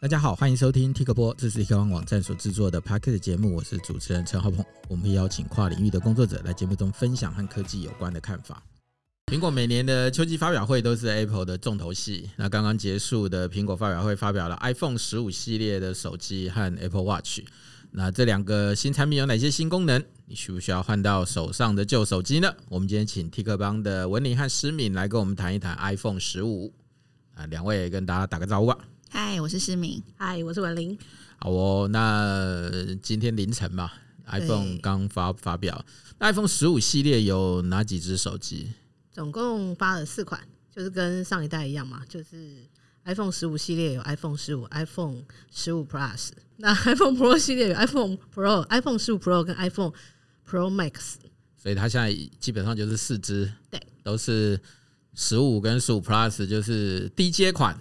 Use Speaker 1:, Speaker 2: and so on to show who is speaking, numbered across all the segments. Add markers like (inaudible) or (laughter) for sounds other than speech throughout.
Speaker 1: 大家好，欢迎收听 Tik 波，这是 Tik 网网站所制作的 p a c k e t 节目，我是主持人陈浩鹏。我们会邀请跨领域的工作者来节目中分享和科技有关的看法。苹果每年的秋季发表会都是 Apple 的重头戏。那刚刚结束的苹果发表会发表了 iPhone 十五系列的手机和 Apple Watch。那这两个新产品有哪些新功能？你需不需要换到手上的旧手机呢？我们今天请 Tik 帮的文林和诗敏来跟我们谈一谈 iPhone 十五。啊，两位跟大家打个招呼吧。
Speaker 2: 哎嗨，我是诗敏。
Speaker 3: 嗨，我是文玲。
Speaker 1: 好哦，那今天凌晨嘛，iPhone 刚发发表。那 iPhone 十五系列有哪几只手机？
Speaker 3: 总共发了四款，就是跟上一代一样嘛，就是 iPhone 十五系列有 iPhone 十五、iPhone 十五 Plus，那 (laughs) iPhone Pro 系列有 iPhone Pro、iPhone (laughs) 十五 Pro 跟 iPhone Pro Max。
Speaker 1: 所以它现在基本上就是四只，
Speaker 3: 对，
Speaker 1: 都是十五跟十五 Plus，就是低阶款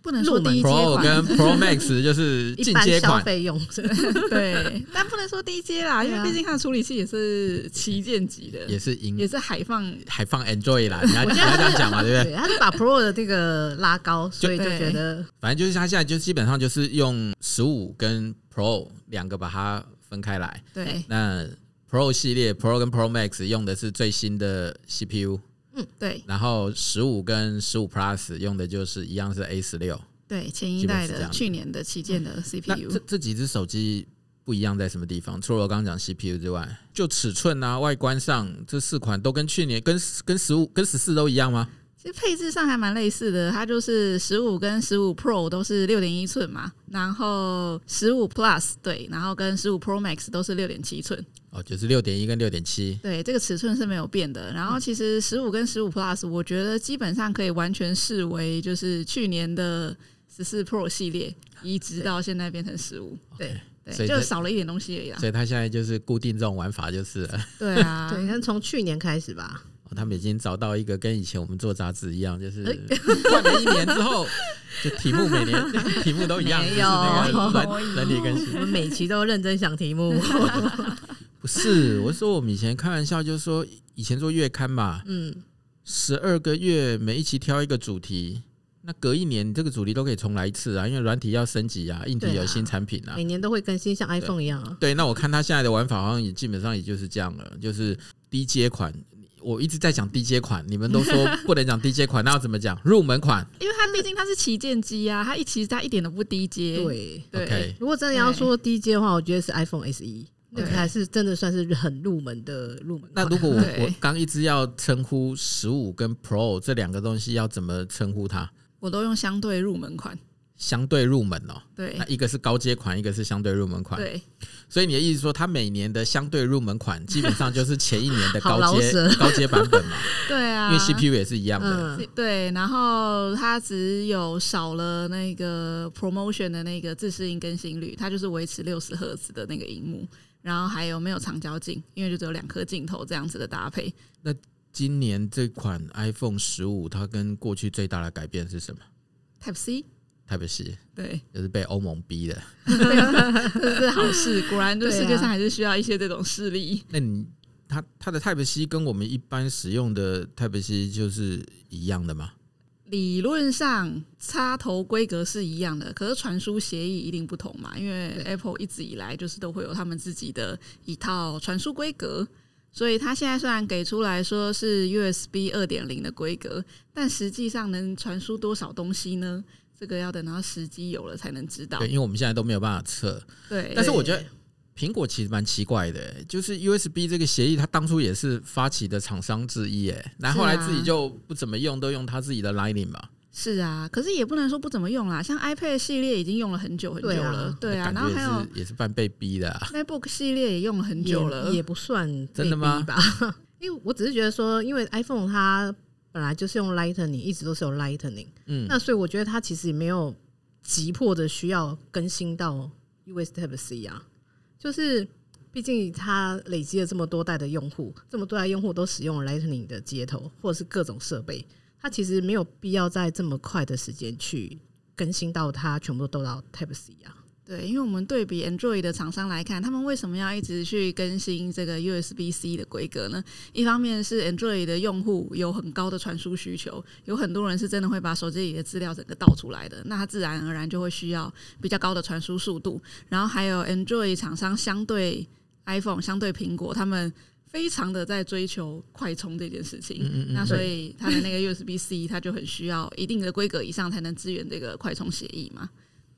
Speaker 2: 不能说第一阶
Speaker 1: Pro
Speaker 2: 款， (laughs)
Speaker 1: 跟 Pro
Speaker 3: (laughs)
Speaker 1: Max 就是
Speaker 3: 一
Speaker 1: 进
Speaker 3: 般
Speaker 1: 阶
Speaker 3: 消
Speaker 1: 款。 (laughs)
Speaker 3: 费用，是
Speaker 2: 对， (laughs) 但不能说第一阶啦，因
Speaker 3: 对
Speaker 2: 为
Speaker 3: 啊
Speaker 2: 毕竟它的处理器也是旗舰级的，
Speaker 1: 也是
Speaker 2: 也
Speaker 1: 赢，
Speaker 2: 是海放。
Speaker 1: 还放 Android 啦，你要你要这样讲嘛，对不对？
Speaker 3: 对，他是把 Pro 的这个拉高，所以就
Speaker 2: 对
Speaker 3: 觉得
Speaker 1: 反正就是它现在就基本上就是用十五跟 Pro 两个把它分开来。
Speaker 2: 对
Speaker 1: 那 Pro 系列 Pro 跟 Pro Max 用的是最新的 CPU，
Speaker 2: 对
Speaker 1: 然后十五跟十五 Plus 用的就是一样是 A 十六。
Speaker 2: 对，前一
Speaker 1: 基本
Speaker 2: 代
Speaker 1: 是这
Speaker 2: 的
Speaker 1: 样嗯
Speaker 2: 去年的旗舰的
Speaker 1: 那这
Speaker 2: CPU，
Speaker 1: 这几只手机不一样在什么地方？除了我刚刚讲 CPU 之外，就尺寸啊、外观上，这四款都跟去年、跟跟十五、跟十四都一样吗？
Speaker 2: 其实配置上还蛮类似的，它就是十五跟十五 Pro 都是六点一寸嘛，然后十五 Plus 对，然后跟十五 Pro Max 都是六点七寸，
Speaker 1: 哦，就是六点一跟六点七。
Speaker 2: 对，这个尺寸是没有变的。
Speaker 1: 嗯
Speaker 2: 然后其实十五跟十五 Plus，我觉得基本上可以完全视为就是去年的十四 Pro 系列移植到现在变成十五，
Speaker 3: 对
Speaker 1: 所
Speaker 2: 对，
Speaker 1: 以
Speaker 2: 就
Speaker 1: 这
Speaker 2: 少了一点东西而已啦。
Speaker 1: 所以它现在就是固定这种玩法，就是了、
Speaker 2: 对
Speaker 1: (laughs)
Speaker 2: 啊，
Speaker 3: 对，但从去年开始吧，
Speaker 1: 哦他们已经找到一个跟以前我们做杂志一样，就是
Speaker 3: 哎
Speaker 1: (laughs) 换了一年之后，就题目
Speaker 3: (laughs)
Speaker 1: 每年题目都一样，就
Speaker 3: 没
Speaker 1: 是那个人人
Speaker 3: (laughs) 有
Speaker 1: 体更新。
Speaker 3: 我们每期都认真想题目，
Speaker 1: (laughs) 不是，我说我们以前开玩笑，就是说以前做月刊嘛，
Speaker 3: 嗯，
Speaker 1: 十二个月每一期挑一个主题，那隔一年这个主题都可以重来一次啊，因为软体要升级啊，硬体
Speaker 3: 对啊
Speaker 1: 有新产品啊。
Speaker 3: 每年都会更新，像 iPhone 一样啊，
Speaker 1: 对，那我看他现在的玩法好像也基本上也就是这样了，就是低阶款。我一直在讲低阶款，你们都说不能讲低阶款，那要怎么讲？入门款
Speaker 2: 因为它毕竟它是旗舰机啊，它一其实它一点都不低阶。
Speaker 3: 对。
Speaker 2: 对
Speaker 1: ，OK，
Speaker 3: 如果真的要说低阶的话，我觉得是 iPhone SE，那个
Speaker 2: 对
Speaker 3: 才是真的算是很入门的入门款。
Speaker 1: 那如果我
Speaker 2: 对
Speaker 1: 我刚一直要称呼十五跟 Pro 这两个东西，要怎么称呼它？
Speaker 2: 我都用相对入门款。
Speaker 1: 相对入门哦，
Speaker 2: 对
Speaker 1: 那一个是高阶款，一个是相对入门款。
Speaker 2: 对，
Speaker 1: 所以你的意思说，它每年的相对入门款基本上就是前一年的
Speaker 3: 好
Speaker 1: 高
Speaker 3: 老
Speaker 1: 阶
Speaker 3: 舍
Speaker 1: (laughs) 高阶版本嘛，
Speaker 2: 对
Speaker 1: 因
Speaker 2: 啊，
Speaker 1: 为 CPU 也是一样的。
Speaker 3: 嗯，
Speaker 2: 对，然后它只有少了那个 promotion 的那个自适应更新率，它就是维持六十赫兹的那个荧幕，然后还有没有长焦镜，因为就只有两颗镜头这样子的搭配。
Speaker 1: 今年这款 iPhone 十五，它跟过去最大的改变是什么
Speaker 2: Type C，
Speaker 1: ？Type C
Speaker 2: 对，
Speaker 1: 就是被欧盟逼的。
Speaker 2: 这是好事，果然就
Speaker 3: 对啊
Speaker 2: 世界上还是需要一些这种势力。
Speaker 1: 那你它它的 Type C 跟我们一般使用的 Type C 就是一样的吗？
Speaker 2: 理论上插头规格是一样的，可是传输协议一定不同嘛，因为
Speaker 3: 对
Speaker 2: Apple 一直以来就是都会有他们自己的一套传输规格，所以它现在虽然给出来说是 USB 二点零的规格，但实际上能传输多少东西呢？这个要等到时机有了才能知道
Speaker 1: 对，。因为我们现在都没有办法测。
Speaker 2: 对，
Speaker 1: 但是
Speaker 3: 对
Speaker 1: 我觉得苹果其实蛮奇怪的，就是 USB 这个协议，它当初也是发起的厂商之一，哎，那后来自己就不怎么用，都用它自己的 Lightning 嘛。
Speaker 2: 是啊，可是也不能说不怎么用啦，像 iPad 系列已经用了很久很久
Speaker 3: 对啊
Speaker 2: 了，对啊，
Speaker 1: 感
Speaker 2: 然
Speaker 1: 觉
Speaker 2: 后
Speaker 1: 也
Speaker 2: 还有
Speaker 1: 是也是半被逼的、啊。
Speaker 2: MacBook 系列也用了很久了
Speaker 3: 也，也不算
Speaker 1: 真的吗
Speaker 3: 被逼吧， (laughs) 因为我只是觉得说，因为 iPhone 它本来就是用 Lightning，一直都是用 Lightning，
Speaker 1: 嗯，
Speaker 3: 那所以我觉得它其实也没有急迫的需要更新到 US Type C 啊，就是毕竟它累积了这么多代的用户，这么多代用户都使用了 Lightning 的接头或者是各种设备，它其实没有必要在这么快的时间去更新到它全部都到 Type C 啊。
Speaker 2: 对，因为我们对比 Android 的厂商来看，他们为什么要一直去更新这个 USB-C 的规格呢？一方面是 Android 的用户有很高的传输需求，有很多人是真的会把手机里的资料整个倒出来的，那它自然而然就会需要比较高的传输速度。然后还有 Android 厂商相对 iPhone、相对苹果，他们非常的在追求快充这件事情。
Speaker 1: 嗯嗯
Speaker 2: 那所以它的那个 USB C，它就很需要一定的规格以上才能支援这个快充协议嘛。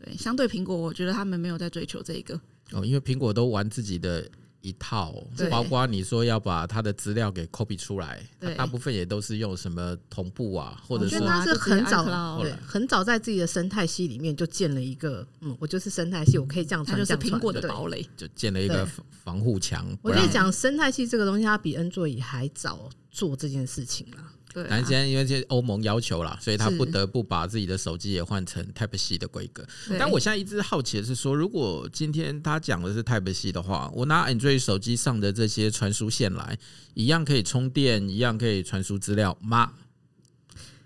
Speaker 2: 对，相对苹果，我觉得他们没有在追求这个。
Speaker 1: 哦，因为苹果都玩自己的一套，
Speaker 2: 对
Speaker 1: 包括你说要把它的资料给 copy 出来，它
Speaker 2: 对
Speaker 1: 大部分也都是用什么同步啊，或者
Speaker 3: 我觉
Speaker 1: 是
Speaker 3: 得那是
Speaker 2: 就自己
Speaker 3: 很早
Speaker 2: iCloud
Speaker 3: 对，很早在自己的生态系里面就建了一个，嗯，我就是生态系，我可以这样
Speaker 2: 它
Speaker 3: 传，
Speaker 2: 就是
Speaker 3: 这样传
Speaker 2: 苹果的
Speaker 3: 对
Speaker 2: 堡垒。
Speaker 1: 就建了一个
Speaker 3: 对
Speaker 1: 防防护墙，不
Speaker 3: 我觉得
Speaker 1: 让。
Speaker 3: 讲生态系这个东西，它比恩座椅还早做这件事情啦。
Speaker 2: 对、
Speaker 1: 但
Speaker 2: 啊
Speaker 1: 是，现在因为这些欧盟要求啦，所以他
Speaker 2: 是
Speaker 1: 不得不把自己的手机也换成 Type C 的规格。
Speaker 2: 对
Speaker 1: 但我现在一直好奇的是说，如果今天他讲的是 Type C 的话，我拿 Android 手机上的这些传输线来，一样可以充电，一样可以传输资料吗？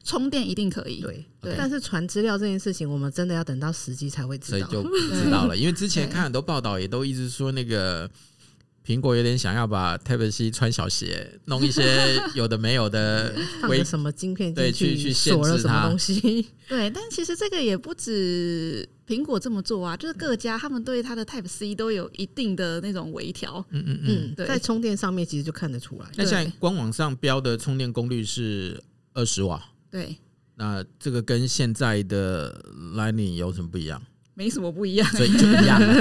Speaker 2: 充电一定可以。
Speaker 3: 对，
Speaker 2: 对
Speaker 3: 但是传资料这件事情，我们真的要等到时机才会
Speaker 1: 所
Speaker 3: 知
Speaker 1: 以
Speaker 3: 道。
Speaker 1: 就不知
Speaker 3: (laughs)
Speaker 1: 道了。因为之前
Speaker 2: 对
Speaker 1: 看很多报道，也都一直说那个苹果有点想要把 Type C 穿小鞋，弄一些有的没有
Speaker 3: (laughs)
Speaker 1: 的
Speaker 3: 放
Speaker 1: 微
Speaker 3: 个什么晶片
Speaker 1: 对
Speaker 3: 进
Speaker 1: 去去限
Speaker 3: 锁了
Speaker 1: 制
Speaker 3: 什么
Speaker 1: 它
Speaker 3: 东西？ (laughs)
Speaker 2: 对，但其实这个也不止苹果这么做啊，就是各家他们对它的 Type C 都有一定的那种微调。
Speaker 1: 嗯嗯嗯。
Speaker 3: 嗯，
Speaker 2: 对
Speaker 3: 在充电上面其实就看得出来。
Speaker 1: 那
Speaker 2: 对
Speaker 1: 现在官网上标的充电功率是二十瓦，
Speaker 2: 对，
Speaker 1: 那这个跟现在的 Lightning 有什么不一
Speaker 3: (laughs)
Speaker 1: 样？
Speaker 2: 没什么不
Speaker 1: (laughs)
Speaker 2: 一样。
Speaker 1: 所以就一样了。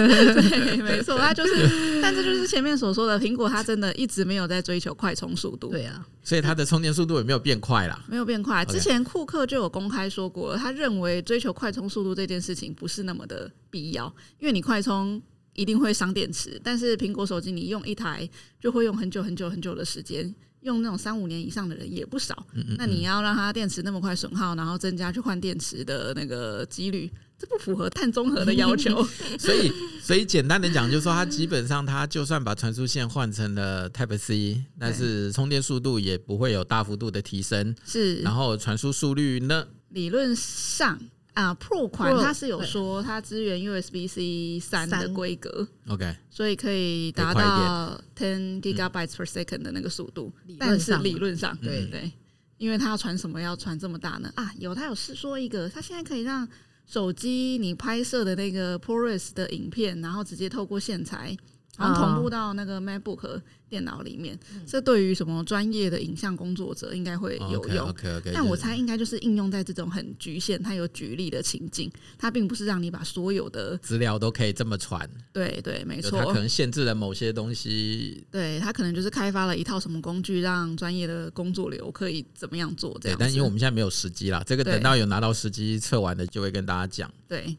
Speaker 2: 对，没错，它就是，但这就是前面所说的，苹果它真的一直没有在追求快充速度。
Speaker 3: 对啊，
Speaker 1: 所以它的充电速度也没有变快啦。 (laughs)
Speaker 2: 没有变快。
Speaker 1: OK
Speaker 2: 之前库克就有公开说过，他认为追求快充速度这件事情不是那么的必要，因为你快充一定会伤电池，但是苹果手机你用一台就会用很久很久很久的时间。用那种三五年以上的人也不少，
Speaker 1: 嗯
Speaker 2: 那你要让它电池那么快损耗，然后增加去换电池的那个几率，这不符合碳中和的要求。
Speaker 1: (laughs) 所以，所以简单的讲，就是说它基本上，它就算把传输线换成了 Type C，但是充电速度也不会有大幅度的提升。
Speaker 2: 是
Speaker 1: 然后传输速率呢？
Speaker 2: 理论上啊，Pro 款
Speaker 3: Pro，
Speaker 2: 它是有说它支援 USB C 三的
Speaker 3: 三
Speaker 2: 规格，
Speaker 1: OK，
Speaker 2: 所以可以达
Speaker 1: 可以快一
Speaker 2: 到 ten gigabytes per second 的那个速度，
Speaker 1: 嗯
Speaker 3: 理
Speaker 2: 但
Speaker 3: 论
Speaker 2: 是
Speaker 3: 上
Speaker 2: 理论上，
Speaker 1: 对
Speaker 2: 对，因为它要传什么要传这么大呢？啊，有它有是说一个，它现在可以让手机你拍摄的那个 ProRes 的影片，然后直接透过线材。然后
Speaker 3: 啊
Speaker 2: 同步到那个 MacBook 电脑里面，
Speaker 1: 嗯
Speaker 2: 这对于什么专业的影像工作者应该会有用。
Speaker 1: 哦 OK OK，
Speaker 2: 但我猜应该就是应用在这种很局限、它有举例的情境，它并不是让你把所有的
Speaker 1: 资料都可以这么传，
Speaker 2: 对对，没
Speaker 1: 就
Speaker 2: 错，
Speaker 1: 它可能限制了某些东西。
Speaker 2: 对他可能就是开发了一套什么工具，让专业的工作流可以怎么样做这
Speaker 1: 对，
Speaker 2: 样子。
Speaker 1: 但因为我们现在没有时机啦，这个
Speaker 2: 对
Speaker 1: 等到有拿到时机测完的，就会跟大家讲。
Speaker 2: 对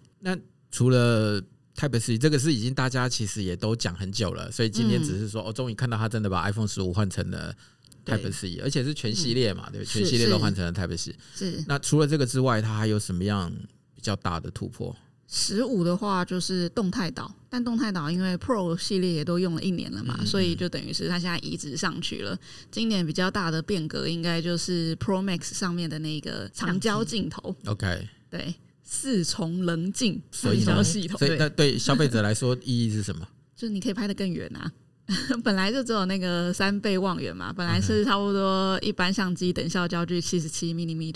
Speaker 1: 除了 Type C，这个是已经大家其实也都讲很久了，所以今天
Speaker 2: 嗯
Speaker 1: 只是说、哦，终于看到它真的把 iPhone 十五换成了 Type
Speaker 2: 对
Speaker 1: C，而且是全系列嘛，对不对，
Speaker 2: 是
Speaker 1: 全系列都
Speaker 2: 是
Speaker 1: 换成了 Type C。
Speaker 2: 是
Speaker 1: 那除了这个之外，它还有什么样比较大的突破？
Speaker 2: 十五的话就是动态岛，但动态岛因为 Pro 系列也都用了一年了嘛，
Speaker 1: 嗯嗯
Speaker 2: 所以就等于是它现在移植上去了。今年比较大的变革应该就是 Pro Max 上面的那个长焦镜头，
Speaker 1: OK，
Speaker 2: 对，四重棱镜
Speaker 1: 所以
Speaker 2: 长
Speaker 1: 呢
Speaker 2: 焦系统，
Speaker 1: 所以
Speaker 3: 对
Speaker 1: 那对消费者来说意义是什
Speaker 2: (laughs)
Speaker 1: 么？
Speaker 2: 就是你可以拍得更远啊。 (laughs) 本来就只有那个三倍望远嘛，本来是差不多一般相机等效焦距七十七 mm，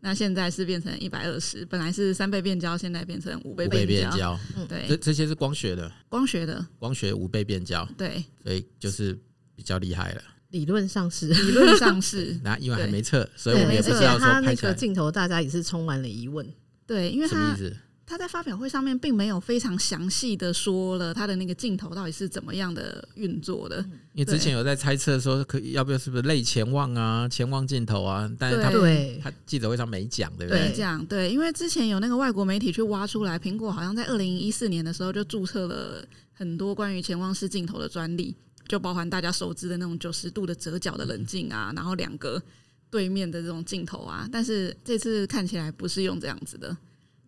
Speaker 2: 那现在是变成一百二十，本来是三倍变焦，现在变成五倍
Speaker 1: 五倍
Speaker 2: 变
Speaker 1: 变焦，这
Speaker 2: 对，
Speaker 1: 这些是光学的，
Speaker 2: 光学的，
Speaker 1: 光学五倍变焦，
Speaker 2: 对，
Speaker 1: 所以就是比较厉害了。
Speaker 3: 理论上是，
Speaker 2: 理论上是
Speaker 1: 那因为还
Speaker 2: 对
Speaker 1: 没测，所以
Speaker 3: 对，
Speaker 1: 我们也
Speaker 3: 而
Speaker 1: 不知
Speaker 3: 且
Speaker 1: 道
Speaker 3: 它
Speaker 1: 说
Speaker 3: 那
Speaker 1: 拍起
Speaker 3: 个
Speaker 1: 来
Speaker 3: 镜头，大家也是充满了疑问。
Speaker 2: 对，因为
Speaker 1: 什么
Speaker 2: 它
Speaker 1: 意思。
Speaker 2: 他在发表会上面并没有非常详细的说了他的那个镜头到底是怎么样的运作的，
Speaker 1: 因为之前有在猜测说，可以要不要是不是类前望啊、前望镜头啊，但是
Speaker 2: 对
Speaker 1: 他
Speaker 3: 对，
Speaker 1: 他记者会上没讲，对不
Speaker 2: 对，
Speaker 1: 对？
Speaker 2: 这样对，因为之前有那个外国媒体去挖出来，苹果好像在二零一四年的时候就注册了很多关于潜望式镜头的专利，就包含大家熟知的那种九十度的折角的棱镜啊，然后两个对面的这种镜头啊，但是这次看起来不是用这样子的，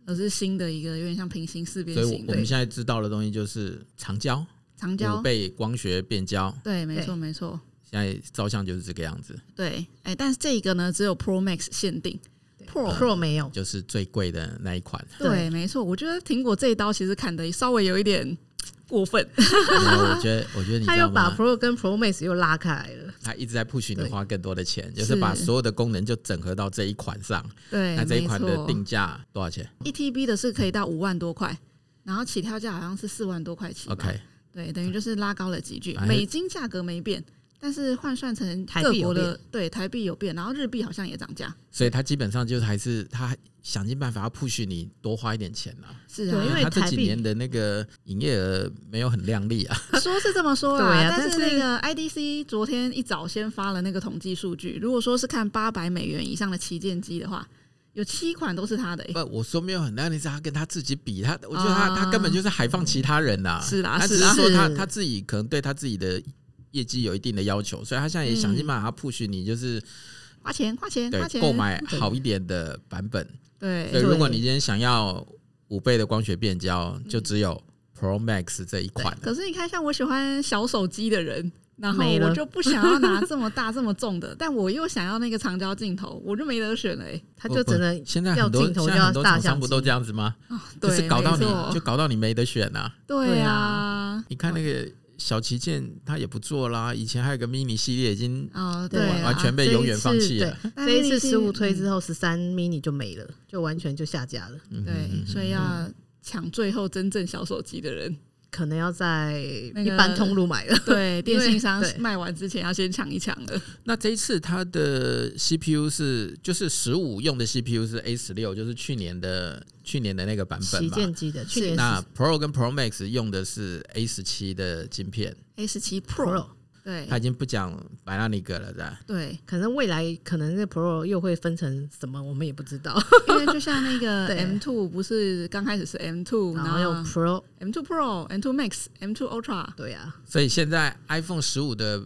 Speaker 2: 而是新的一个有点像平行四边
Speaker 1: 所以我
Speaker 2: 形
Speaker 1: 我们
Speaker 2: 对
Speaker 1: 现在知道的东西就是长焦、
Speaker 2: 长
Speaker 1: 五
Speaker 2: 焦，
Speaker 1: 倍光学变焦，
Speaker 2: 对，没
Speaker 3: 对
Speaker 2: 错没错，
Speaker 1: 现在照相就是这个样子。
Speaker 2: 对，哎，但是这一个呢只有 Pro Max 限定。 Pro。
Speaker 3: Pro 没有，
Speaker 1: 就是最贵的那一
Speaker 2: (laughs)
Speaker 1: 款。
Speaker 2: 对，没错，我觉得苹果这一刀其实砍的稍微有一点过分。
Speaker 1: 然后我觉得，我觉得你
Speaker 3: 他
Speaker 1: 知
Speaker 3: 又
Speaker 1: 道
Speaker 3: 把
Speaker 1: 吗？
Speaker 3: Pro 跟 Pro Max 又拉开来了。
Speaker 1: 他一直在 push 你
Speaker 3: 对
Speaker 1: 花更多的钱，就是把
Speaker 2: 是
Speaker 1: 所有的功能就整合到这一款上。
Speaker 2: (laughs) 对，
Speaker 1: 那这一
Speaker 2: 哎没
Speaker 1: 款的
Speaker 2: 错
Speaker 1: 定价多少钱
Speaker 2: 一 TB ，E 的是可以到五万多块，然后起跳价好像是四万多块起吧。
Speaker 1: ？OK，
Speaker 2: 对，等于就是拉高了几句
Speaker 1: 哎。
Speaker 2: 美金价格没变，但是换算成
Speaker 3: 台
Speaker 2: 各
Speaker 3: 币有
Speaker 2: 国的对台币有变，然后日币好像也涨价。
Speaker 1: 所以他基本上就是还是他想尽办法要 push 你多花一点钱啦。
Speaker 2: 是
Speaker 3: 对因
Speaker 2: 啊，
Speaker 3: 为
Speaker 1: 他这
Speaker 3: 台
Speaker 1: 几
Speaker 3: 币
Speaker 1: 年的那个营业额没有很亮丽啊。 (laughs)
Speaker 2: 说是这么说
Speaker 3: (laughs) 对
Speaker 2: 啦，
Speaker 3: 啊
Speaker 2: 但是
Speaker 3: 但是
Speaker 2: 那个 IDC 昨天一早先发了那个统计数据，如果说是看八百美元以上的旗舰机的话，有七款都是它的、欸
Speaker 1: 不，我说没有很亮丽，是他跟他自己比，他我觉得他、
Speaker 2: 啊
Speaker 1: 他根本就是海放其他人呐、
Speaker 2: 是啦
Speaker 1: 他只
Speaker 2: 是啦
Speaker 1: 说他
Speaker 3: 嗯是
Speaker 1: 他自己可能对他自己的业绩有一定的要求，所以他现在也
Speaker 3: 嗯
Speaker 1: 想尽办法 push 你，就是、
Speaker 2: 花钱花钱花
Speaker 1: 对
Speaker 2: 钱
Speaker 1: 购买好一点的版本。所以
Speaker 2: 对
Speaker 1: 如果你今天想要五倍的光学变焦，
Speaker 3: 嗯
Speaker 1: 就只有 Pro Max 这一款了。
Speaker 2: 可是你看，像我喜欢小手机的人，然后
Speaker 3: 没了
Speaker 2: 我就不想要拿这么大这么重的，但我又想要那个长焦镜头，我就没得选了、欸。
Speaker 3: 他就只能
Speaker 1: 现在
Speaker 3: 要
Speaker 1: 很多
Speaker 3: 镜头
Speaker 1: 现在
Speaker 3: 就要
Speaker 1: 很多
Speaker 3: 大
Speaker 1: 厂商
Speaker 3: 相
Speaker 1: 不都
Speaker 3: 机
Speaker 1: 这样子吗？就
Speaker 2: 对，
Speaker 1: 是搞到
Speaker 2: 没错
Speaker 1: 你啊就搞到你没得选呐、
Speaker 2: 对
Speaker 3: 对
Speaker 2: 啊，
Speaker 1: 你看那个小旗舰，它也不做啦。以前还有个 Mini 系列，已经
Speaker 2: 哦，
Speaker 3: 对
Speaker 2: 对
Speaker 1: 完
Speaker 2: 啊，
Speaker 1: 完全被永远放弃了。
Speaker 2: 但
Speaker 3: 这一次
Speaker 2: 是
Speaker 3: 十五推之
Speaker 2: 后，
Speaker 3: 后，十三 mini 就没了，就完全就下架了，
Speaker 1: 嗯
Speaker 2: 对，所以要抢最后真正小手机的人，
Speaker 3: 可能要在
Speaker 2: 那
Speaker 3: 一
Speaker 2: 个
Speaker 3: 般通路买了。
Speaker 2: 对，电信商
Speaker 3: 对
Speaker 2: 卖完之前要先抢一抢的。
Speaker 1: 那这一次它的 CPU 是就是十五用的 CPU 是 A 十六，就是去年的去年的那个版本
Speaker 3: 旗
Speaker 1: 嘛
Speaker 3: 舰。机的去年
Speaker 1: 那
Speaker 3: 是
Speaker 1: Pro 跟 Pro Max 用的是 A 十七的晶片，
Speaker 2: (laughs) A 十七 Pro，
Speaker 3: Pro，
Speaker 2: 对
Speaker 1: 它已经不讲白纳尼格了，是吧？
Speaker 2: 对，
Speaker 3: 可能未来可能那 Pro 又会分成什么，我们也不知道。
Speaker 1: 哦
Speaker 2: 因为就像那个
Speaker 3: 对
Speaker 2: M two 不是刚开始是 M two，
Speaker 3: 然
Speaker 2: 然
Speaker 3: 后
Speaker 2: 后
Speaker 3: 又 Pro，
Speaker 2: M two Pro、M two Max、M two Ultra，
Speaker 3: 对啊，
Speaker 1: 所以现在 iPhone 十五的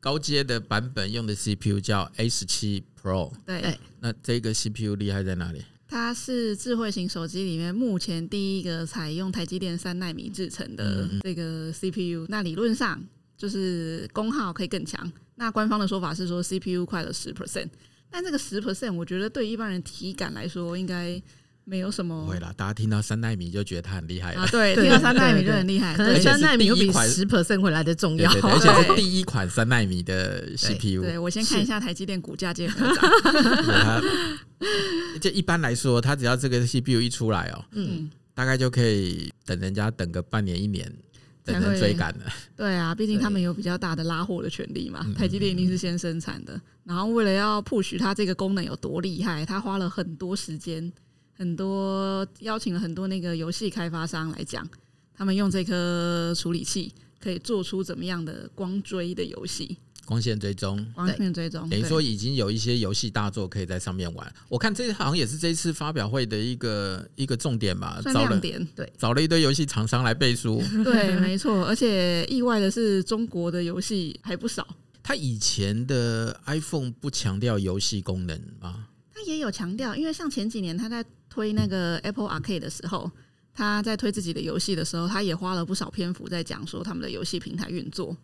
Speaker 1: 高阶的版本用的 CPU 叫 A 十七 Pro，
Speaker 2: 对
Speaker 3: 对，
Speaker 1: 那这个 CPU 厉害在哪里？
Speaker 2: 它是智慧型手机里面目前第一个采用台积电三纳米制成的这个 CPU，、那理论上就是功耗可以更强。那官方的说法是说 CPU 快了十 percent，但这个十 percent 我觉得对一般人体感来说应该没有什
Speaker 1: 不
Speaker 2: 么
Speaker 1: 会啦，大家听到三纳米就觉得它很厉害了
Speaker 2: 啊，。对，
Speaker 3: 对
Speaker 2: 听到三纳米就很厉害，
Speaker 3: 可
Speaker 1: 而
Speaker 3: 能
Speaker 1: 且
Speaker 2: 对
Speaker 1: 哎是
Speaker 3: 三纳米又
Speaker 1: 第一
Speaker 3: 比
Speaker 1: 款
Speaker 3: 十 percent 会来的重
Speaker 1: 对
Speaker 3: 要。
Speaker 1: 对对，而
Speaker 3: (laughs)
Speaker 1: 且是
Speaker 2: 对
Speaker 1: 第一款三纳米的 CPU。
Speaker 2: 对我先看一下台积电股价今天有没有涨
Speaker 1: 对它，就一般来说，它只要这个 CPU 一出来哦，
Speaker 3: 嗯，
Speaker 2: 嗯，
Speaker 1: 大概就可以等人家等个半年一年，等
Speaker 2: 才
Speaker 1: 人
Speaker 2: 会
Speaker 1: 追赶了。
Speaker 2: 对啊，毕竟他们有比较大的拉货的权利嘛
Speaker 1: 嗯，
Speaker 2: 台积电一定是先生产的。然后为了要 push 它这个功能有多厉害，它花了很多时间，很多邀请了很多那个游戏开发商来讲，他们用这颗处理器可以做出怎么样的光追的游戏，
Speaker 1: 光线追踪。
Speaker 2: 光线追踪。
Speaker 1: 等于
Speaker 2: 嗯对
Speaker 1: 说，已经有一些游戏大作可以在上面玩。我看这好像也是这一次发表会的一个一个重点吧，
Speaker 2: 算
Speaker 1: 找了
Speaker 2: 亮点，
Speaker 1: 找了一堆游戏厂商来背书。
Speaker 2: 对，没错。而且意外的是，中国的游戏还不少。
Speaker 1: 它以前的 iPhone 不强调游戏功能吗？
Speaker 2: 他也有强调，因为像前几年他在推那个 Apple Arcade 的时候，他在推自己的游戏的时候，他也花了不少篇幅在讲说他们的游戏平台运作。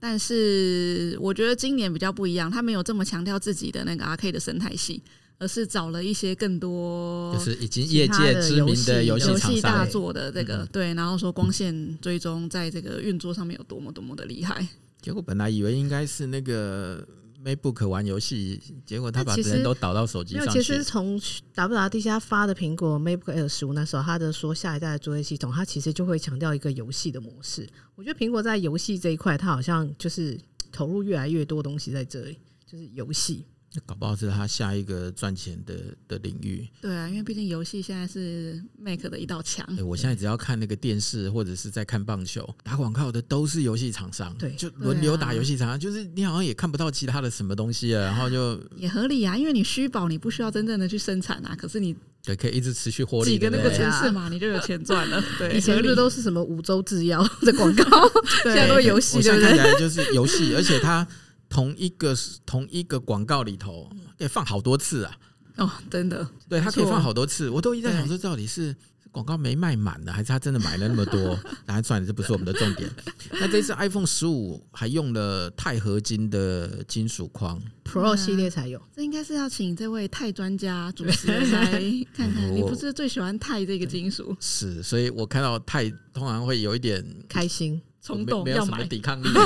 Speaker 2: 但是我觉得今年比较不一样，他没有这么强调自己的那个 Arcade 的生态系，而是找了一些更多
Speaker 1: 就是已经业
Speaker 3: 其他
Speaker 1: 界
Speaker 3: 的
Speaker 1: 知名的游
Speaker 3: 游
Speaker 1: 戏
Speaker 3: 戏
Speaker 2: 游
Speaker 1: 厂
Speaker 2: 戏大
Speaker 1: 商，
Speaker 2: 作的这个对，然后说光线追踪在这个运作上面有多么多么的厉害。
Speaker 1: 结果本来以为应该是那个 MacBook 玩游戏，结果他把
Speaker 3: 那其实
Speaker 1: 人都导到手机
Speaker 3: 没有，
Speaker 1: 上
Speaker 3: 其
Speaker 1: 去
Speaker 3: 实。从 WWDC 发的苹果 MacBook Air 十五那时候，它的说下一代的作业系统，它其实就会强调一个游戏的模式。我觉得苹果在游戏这一块，它好像就是投入越来越多东西在这里，就是游戏。
Speaker 1: 搞不好是他下一个赚钱的的领域。
Speaker 2: 对啊，因为毕竟游戏现在是 Make 的一道墙。
Speaker 3: 嗯
Speaker 1: 哎我现在只要看那个电视，或者是在看棒球，打广告的都是游戏厂商，
Speaker 3: 对啊
Speaker 1: 就轮流打游戏厂商，就是你好像也看不到其他的什么东西了，然后就
Speaker 2: 也合理啊，因为你虚保，你不需要真正的去生产啊。可是你
Speaker 1: 对可以一直持续获利。
Speaker 2: 几个那个
Speaker 1: 对不对
Speaker 2: 城市嘛，你就有钱赚 (laughs) 了。对，
Speaker 3: 以前
Speaker 2: 合
Speaker 3: 不
Speaker 2: 理
Speaker 3: 是都是什么五洲制药的广告？
Speaker 2: 对
Speaker 3: 现在都
Speaker 1: 对
Speaker 3: 游戏
Speaker 1: 我现在看
Speaker 3: 对不
Speaker 1: 起来就是游戏，而且它同一个同一个广告里头可以放好多次啊，
Speaker 2: (laughs) 哦，真的
Speaker 1: 对，它可以
Speaker 2: 没错
Speaker 1: 放好多次，我都一直在想说到底是。广告没卖满呢，还是他真的买了那么多？然后算了，这不是我们的重点。 (laughs) 那这次 iPhone 十五还用了钛合金的金属框，
Speaker 3: (laughs) Pro 系列才有。
Speaker 2: (laughs) 这应该是要请这位钛专家主持人 (laughs) 来看看。
Speaker 1: 我
Speaker 2: 你不是最喜欢钛这个金属，
Speaker 1: 是，所以我看到钛通常会有一点
Speaker 3: 开心，
Speaker 1: (laughs)
Speaker 2: 冲
Speaker 1: 没
Speaker 2: 动
Speaker 1: 没有
Speaker 2: 要
Speaker 1: 什么
Speaker 2: 买？
Speaker 1: 抵抗力。 (laughs) 哎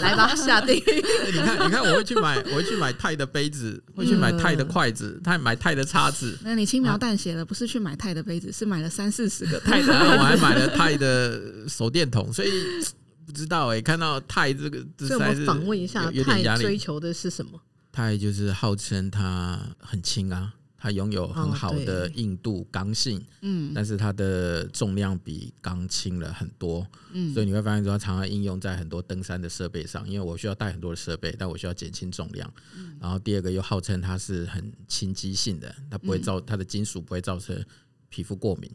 Speaker 3: 来吧，下定。
Speaker 1: 你看，你看，我会去买，我会去买钛的杯子，会去买
Speaker 3: 嗯
Speaker 1: 钛的筷子，钛买钛的叉子，
Speaker 2: 那你
Speaker 1: 啊
Speaker 2: 轻描淡写了，不是去买钛的杯子，是买了三四十个钛
Speaker 1: 然后我
Speaker 2: 的
Speaker 1: 还买了钛的手电筒，所以不知道哎、看到钛这个，这
Speaker 3: 所以我
Speaker 1: 才
Speaker 3: 们
Speaker 1: 是
Speaker 3: 访问一下
Speaker 1: 有，有
Speaker 3: 太
Speaker 1: 点压
Speaker 3: 追
Speaker 1: 力。
Speaker 3: 求的是什么？ (laughs)
Speaker 1: 钛就是号称它很轻啊，它拥有很好的
Speaker 3: 哦对
Speaker 1: 硬度、刚性，
Speaker 2: 嗯
Speaker 1: 但是它的重量比钢轻了很多，
Speaker 2: 嗯
Speaker 1: 所以你会发现说它常常应用在很多登山的设备上，因为我需要带很多的设备，但我需要减轻重量。
Speaker 2: 嗯
Speaker 1: 然后第二个又号称它是很侵击性的，它不会
Speaker 2: 嗯
Speaker 1: 造它的金属不会造成皮肤过敏。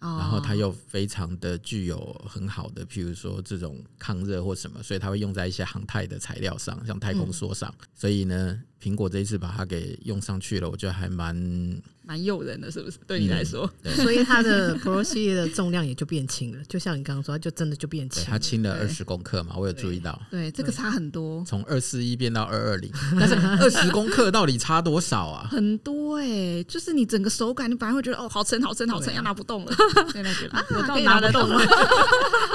Speaker 2: 哦
Speaker 1: 然后它又非常的具有很好的，譬如说这种抗热或什么，所以它会用在一些航太的材料上，像太
Speaker 2: 嗯
Speaker 1: 空梭上。所以呢，苹果这一次把它给用上去了，我觉得还蛮
Speaker 2: 蛮诱人的，是不是？对
Speaker 1: 嗯
Speaker 2: 你来说，
Speaker 1: 对，
Speaker 3: 所以它的 Pro 系列的重量也就变轻了，就像你刚刚说，它就真的就变
Speaker 1: 对
Speaker 3: 轻
Speaker 1: 它
Speaker 3: 了。
Speaker 1: 轻了二
Speaker 2: 对
Speaker 1: 十公克嘛，我有注意到。
Speaker 2: 对这个差很多，
Speaker 1: 从二四一变到二二零，但是二十公克到底差多少啊？
Speaker 2: 很多哎、就是你整个手感，你本来会觉得哦，好沉，好沉，好沉，
Speaker 3: 对啊
Speaker 2: 要拿不动了。现在觉 (laughs) 得我
Speaker 3: 可
Speaker 2: 到
Speaker 3: 以
Speaker 2: 拿
Speaker 3: 拿
Speaker 2: 得
Speaker 3: 得
Speaker 2: 动
Speaker 3: 动
Speaker 2: 了，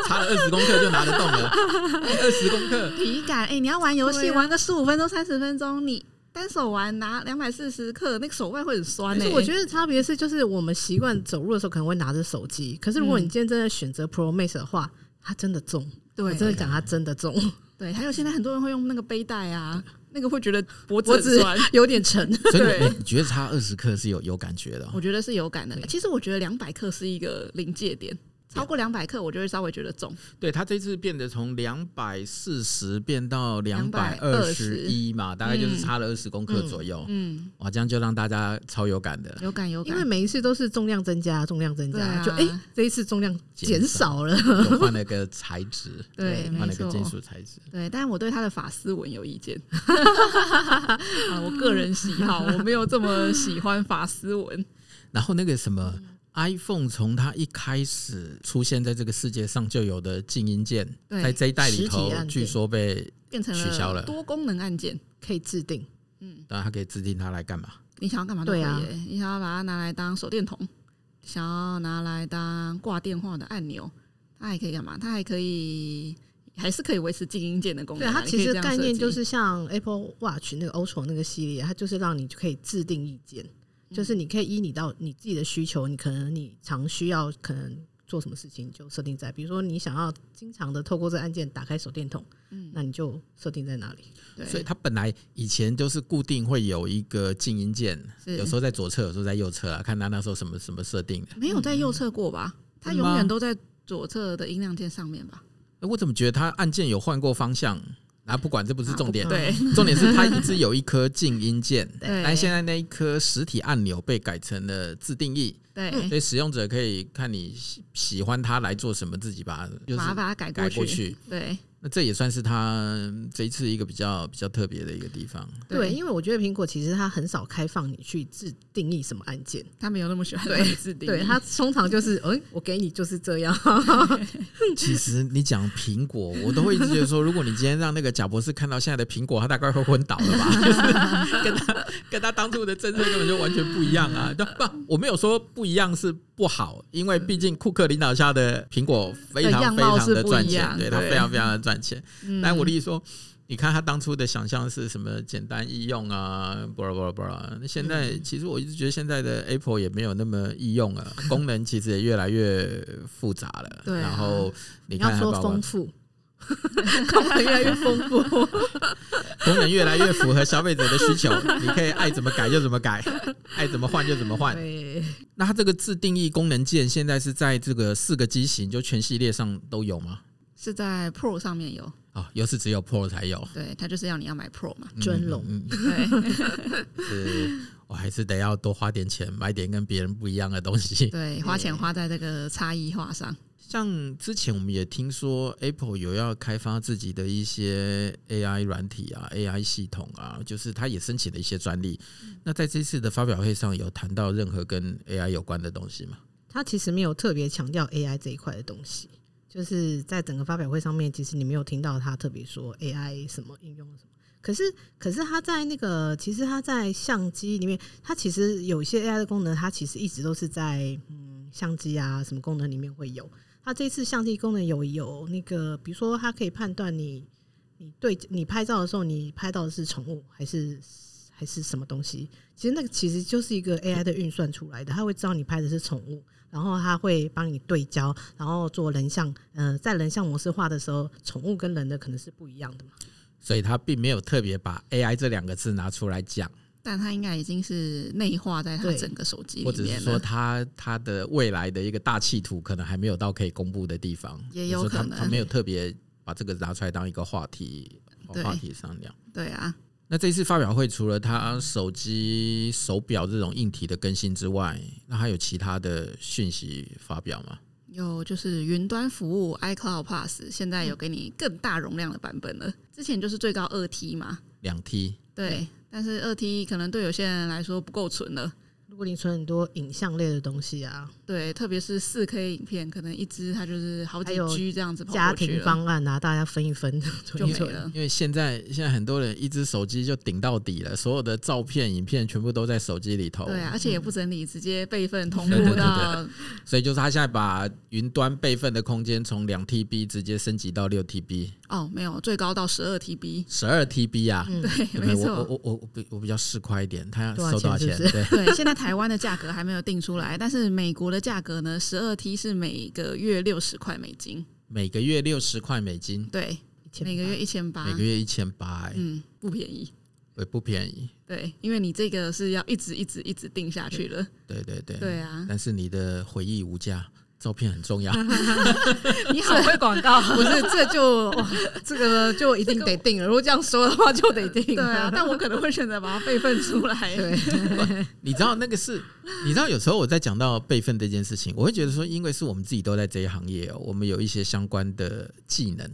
Speaker 1: 差了二十公克就拿得动了， (laughs) 二十公克，
Speaker 2: 体感哎、你要玩游戏、
Speaker 3: 对啊
Speaker 2: 玩个十五分钟、三十分钟，你单手玩拿两百四十克，那个手腕会很酸
Speaker 3: 但
Speaker 2: 哎、
Speaker 3: 是我觉得差别是，就是我们习惯走路的时候可能会拿着手机，可是
Speaker 2: 嗯
Speaker 3: 如果你今天真的选择 Pro Max 的话，它真的重，我
Speaker 2: 对
Speaker 3: 真的讲它真的重，
Speaker 2: 对，啊还有现在很多人会用那个背带啊，那个会觉得脖子
Speaker 3: 脖
Speaker 2: 很 (laughs)
Speaker 3: 子
Speaker 2: 酸。
Speaker 3: 有点沉。
Speaker 1: 所以
Speaker 2: 对
Speaker 1: 你你觉得差二十克是有有感觉的哦、
Speaker 2: 我觉得是有感的
Speaker 3: 对。
Speaker 2: 其实我觉得两百克是一个临界点，超过两百克我就会稍微觉得重。
Speaker 1: 对他这次变得从两百四十变到两百二十一
Speaker 2: 220
Speaker 1: 嘛，大概就是差了二十公克左右。
Speaker 2: 嗯，
Speaker 1: 哇，这样就让大家超有感的。
Speaker 2: 有感有
Speaker 3: 因
Speaker 2: 感。
Speaker 3: 为每一次都是重量增加，重量增加，
Speaker 2: 对啊
Speaker 3: 就哎、这一次重量减少了， (laughs)
Speaker 1: 我换了个材质，
Speaker 2: 对，
Speaker 1: 换
Speaker 2: 没
Speaker 1: 了个
Speaker 2: 错。
Speaker 1: 金属材质。
Speaker 2: 对，但我对他的法丝纹有意 (laughs) 见。啊，我个人喜好，我没有这么喜欢法丝纹。
Speaker 1: 然后那个什么 iPhone，从它一开始出现在这个世界上就有的静音键，
Speaker 2: 对
Speaker 1: 在这一代里
Speaker 3: 实
Speaker 1: 头
Speaker 3: 体按，键
Speaker 1: 据说被
Speaker 2: 变成
Speaker 1: 取消了
Speaker 2: 多功能按键。
Speaker 3: 可以制定。
Speaker 2: 嗯，
Speaker 1: 当然它可以制定它来干嘛？
Speaker 2: 你想要干嘛都可以、
Speaker 3: 对啊
Speaker 2: 欸你想要把它拿来当手电筒，想要拿来当挂电话的按钮，它还可以干嘛？它还可以，还是可以维持静音键的功
Speaker 3: 对
Speaker 2: 能啊、
Speaker 3: 啊，它
Speaker 2: 你
Speaker 3: 其
Speaker 2: 可以
Speaker 3: 实
Speaker 2: 这样
Speaker 3: 概
Speaker 2: 设
Speaker 3: 念
Speaker 2: 计
Speaker 3: 就是像 Apple Watch 那个 Ultra 那个系列，它就是让你就可以制定意见，
Speaker 2: 嗯
Speaker 3: 就是你可以依你到你自己的需求，你可能你常需要可能。做什么事情就设定在，比如说你想要经常的透过这按键打开手电筒，
Speaker 2: 嗯
Speaker 3: 那你就设定在哪里。
Speaker 2: 对，
Speaker 1: 所以它本来以前就是固定会有一个静音键，
Speaker 2: 是
Speaker 1: 有时候在左侧，有时候在右侧啊，看它那时候什么什么设定的。
Speaker 2: 没有在右侧过吧？它
Speaker 1: 嗯
Speaker 2: 永
Speaker 1: 吗
Speaker 2: 远都在左侧的音量键上面吧？
Speaker 1: 哎我怎么觉得它按键有换过方向？啊，不管这不是重点，
Speaker 3: 啊
Speaker 2: 对
Speaker 1: (laughs) 重点是它一直有一颗静音键，
Speaker 2: (laughs) 对
Speaker 1: 但现在那一颗实体按钮被改成了自定义，
Speaker 2: 对，
Speaker 1: 所以使用者可以看你喜喜欢它来做什么，自己把就是
Speaker 2: 把它把它改
Speaker 1: 改过
Speaker 2: 去。
Speaker 1: 去。
Speaker 2: 对
Speaker 1: 那这也算是它这一次一个比较比较特别的一个地方。
Speaker 3: 对，因为我觉得苹果其实它很少开放你去制定义什么按键，
Speaker 2: 他没有那么喜欢
Speaker 3: 对
Speaker 2: 文字定义
Speaker 3: 对它通常就是， (laughs) 哎、我给你就是这样，
Speaker 2: (laughs)
Speaker 1: 其实你讲苹果，我都会一直觉得说，如果你今天让那个贾博士看到现在的苹果，他大概会昏倒了吧？
Speaker 2: (laughs)
Speaker 1: 就是跟他跟他当初的政策根本就完全不一样啊！就不，我没有说不一样是不好，因为毕竟库克领导下的苹果非
Speaker 2: 的
Speaker 1: 常
Speaker 2: 样
Speaker 1: 非
Speaker 2: 貌
Speaker 1: 常
Speaker 2: 是
Speaker 1: 的
Speaker 2: 不
Speaker 1: 赚
Speaker 2: 一
Speaker 1: 钱，
Speaker 2: 样
Speaker 1: 对他
Speaker 2: 对
Speaker 1: 非常非常的赚钱。
Speaker 2: 嗯
Speaker 1: 但我例如说，你看他当初的想象是什么简单易用啊，巴拉巴拉巴拉。那现
Speaker 2: 嗯
Speaker 1: 在其实我一直觉得现在的 Apple 也没有那么易用啊，功能其实也越来越复杂了。
Speaker 2: 对啊
Speaker 1: 然后你
Speaker 3: 你
Speaker 1: 看
Speaker 3: 要
Speaker 1: 它
Speaker 3: 说
Speaker 1: 包括
Speaker 3: 丰富， (laughs) 功能越来越丰
Speaker 2: (laughs)
Speaker 3: 富。
Speaker 1: 功能越来越符合消费者的需求，你可以爱怎么改就怎么改，爱怎么换就怎么换。
Speaker 3: 对，
Speaker 1: 那它这个自定义功能键现在是在这个四个机型就全系列上都有吗？
Speaker 2: 是在 Pro 上面有，
Speaker 1: 哦，又是只有 Pro 才有。
Speaker 2: 对，它就是要你要买 Pro 嘛。
Speaker 1: 嗯
Speaker 3: 尊龙
Speaker 1: 嗯，
Speaker 2: 对， (laughs)
Speaker 1: 是，我还是得要多花点钱买点跟别人不一样的东西。
Speaker 2: 对，花钱花在这个差异化上。
Speaker 1: 像之前我们也听说 Apple 有要开发自己的一些 AI 软体啊、AI 系统啊，就是它也申请
Speaker 2: 嗯
Speaker 1: 了一些专利。那在这次的发表会上有谈到任何跟 AI 有关的东西吗？
Speaker 3: 它其实没有特别强调 AI 这一块的东西，就是在整个发表会上面，其实你没有听到它特别说 AI 什么应用什么。可是，可是它在那个，其实它在相机里面，它其实有一些 AI 的功能，它其实一直都是在嗯相机啊什么功能里面会有。它这次相机功能有有那个，比如说它可以判断你你对你拍照的时候，你拍到的是宠物还是还是什么东西。其实那个其实就是一个 AI 的运算出来的，它会知道你拍的是宠物，然后它会帮你对焦，然后做人像。呃，在人像模式化的时候，宠物跟人的可能是不一样的嘛。
Speaker 1: 所以他并没有特别把 AI 这两个字拿出来讲，
Speaker 2: 但它应该已经是内化在它
Speaker 3: 对
Speaker 2: 整个手机
Speaker 1: 或
Speaker 2: 里
Speaker 1: 者是
Speaker 2: 面
Speaker 1: 说
Speaker 2: 了。
Speaker 1: 他他的未来的一个大企图可能还没有到可以公布的地方，
Speaker 2: 也有
Speaker 1: 就是
Speaker 2: 可
Speaker 1: 他
Speaker 2: 能
Speaker 1: 他没有特别把这个拿出来当一个话题
Speaker 2: 对
Speaker 1: 话题商量。
Speaker 2: 对啊，
Speaker 1: 那这一次发表会除了他手机、手表这种硬体的更新之外，那还有其他的讯息发表吗？
Speaker 2: 有就是云端服务 iCloud Pass，现在有给你更大容量的版本了。之前就是最高二 T 嘛，
Speaker 1: 两 T
Speaker 2: 对，但是二 T 可能对有些人来说不够存了。
Speaker 3: 如果你存很多影像类的东西啊，
Speaker 2: 对，特别是四 K 影片，可能一支它就是好几
Speaker 3: 还有
Speaker 2: G 这样子跑
Speaker 3: 家
Speaker 2: 过去
Speaker 3: 庭
Speaker 2: 了，
Speaker 3: 方案啊，大家分一分，
Speaker 2: 就
Speaker 3: 存一
Speaker 2: 没
Speaker 3: 存。
Speaker 2: 了。
Speaker 1: 因为现在现在很多人一只手机就顶到底了，所有的照片、影片全部都在手机里头。
Speaker 2: 对啊，而且也不整理，直接备份同
Speaker 1: 哦对对
Speaker 2: 步
Speaker 1: 对
Speaker 2: 到
Speaker 1: 所以就是他现在把云端备份的空间从两 TB 直接升级到六 TB、
Speaker 2: 哦，没有，最高到十二 TB。
Speaker 1: 十二 TB 啊。
Speaker 3: 嗯
Speaker 2: 对，
Speaker 1: 对不对
Speaker 2: 没
Speaker 1: 我
Speaker 2: 错。
Speaker 1: 我我我比我比较市侩一点，他要
Speaker 3: 多少
Speaker 1: 收多少
Speaker 3: 钱
Speaker 1: 钱？
Speaker 3: 是不
Speaker 1: 对，
Speaker 2: 对，现在台湾的价格还没有定出来，但是美国的价格呢，十二 T 是每个月六十块美金，
Speaker 1: 每个月六十块美金，
Speaker 2: 对，
Speaker 3: 1800
Speaker 2: 每个月一千八
Speaker 1: 每，个月一千八，
Speaker 2: 啊嗯，不便宜。
Speaker 1: 也不便宜。
Speaker 2: 对，因为你这个是要一直一直一直定下去了。
Speaker 1: 对对对，
Speaker 2: 对啊，
Speaker 1: 但是你的回忆无价，照片很重要。 (laughs)
Speaker 2: 你好会广告。
Speaker 3: 不是，这就哇这个就一定得定了。如果这样说的话，就得定
Speaker 2: 对
Speaker 3: 了。
Speaker 2: 啊，但我可能会选择把它备份出
Speaker 1: (laughs)
Speaker 2: 来。
Speaker 3: 对，
Speaker 1: 你知道那个是，你知道有时候我在讲到备份这件事情，我会觉得说，因为是我们自己都在这一行业哦，我们有一些相关的技能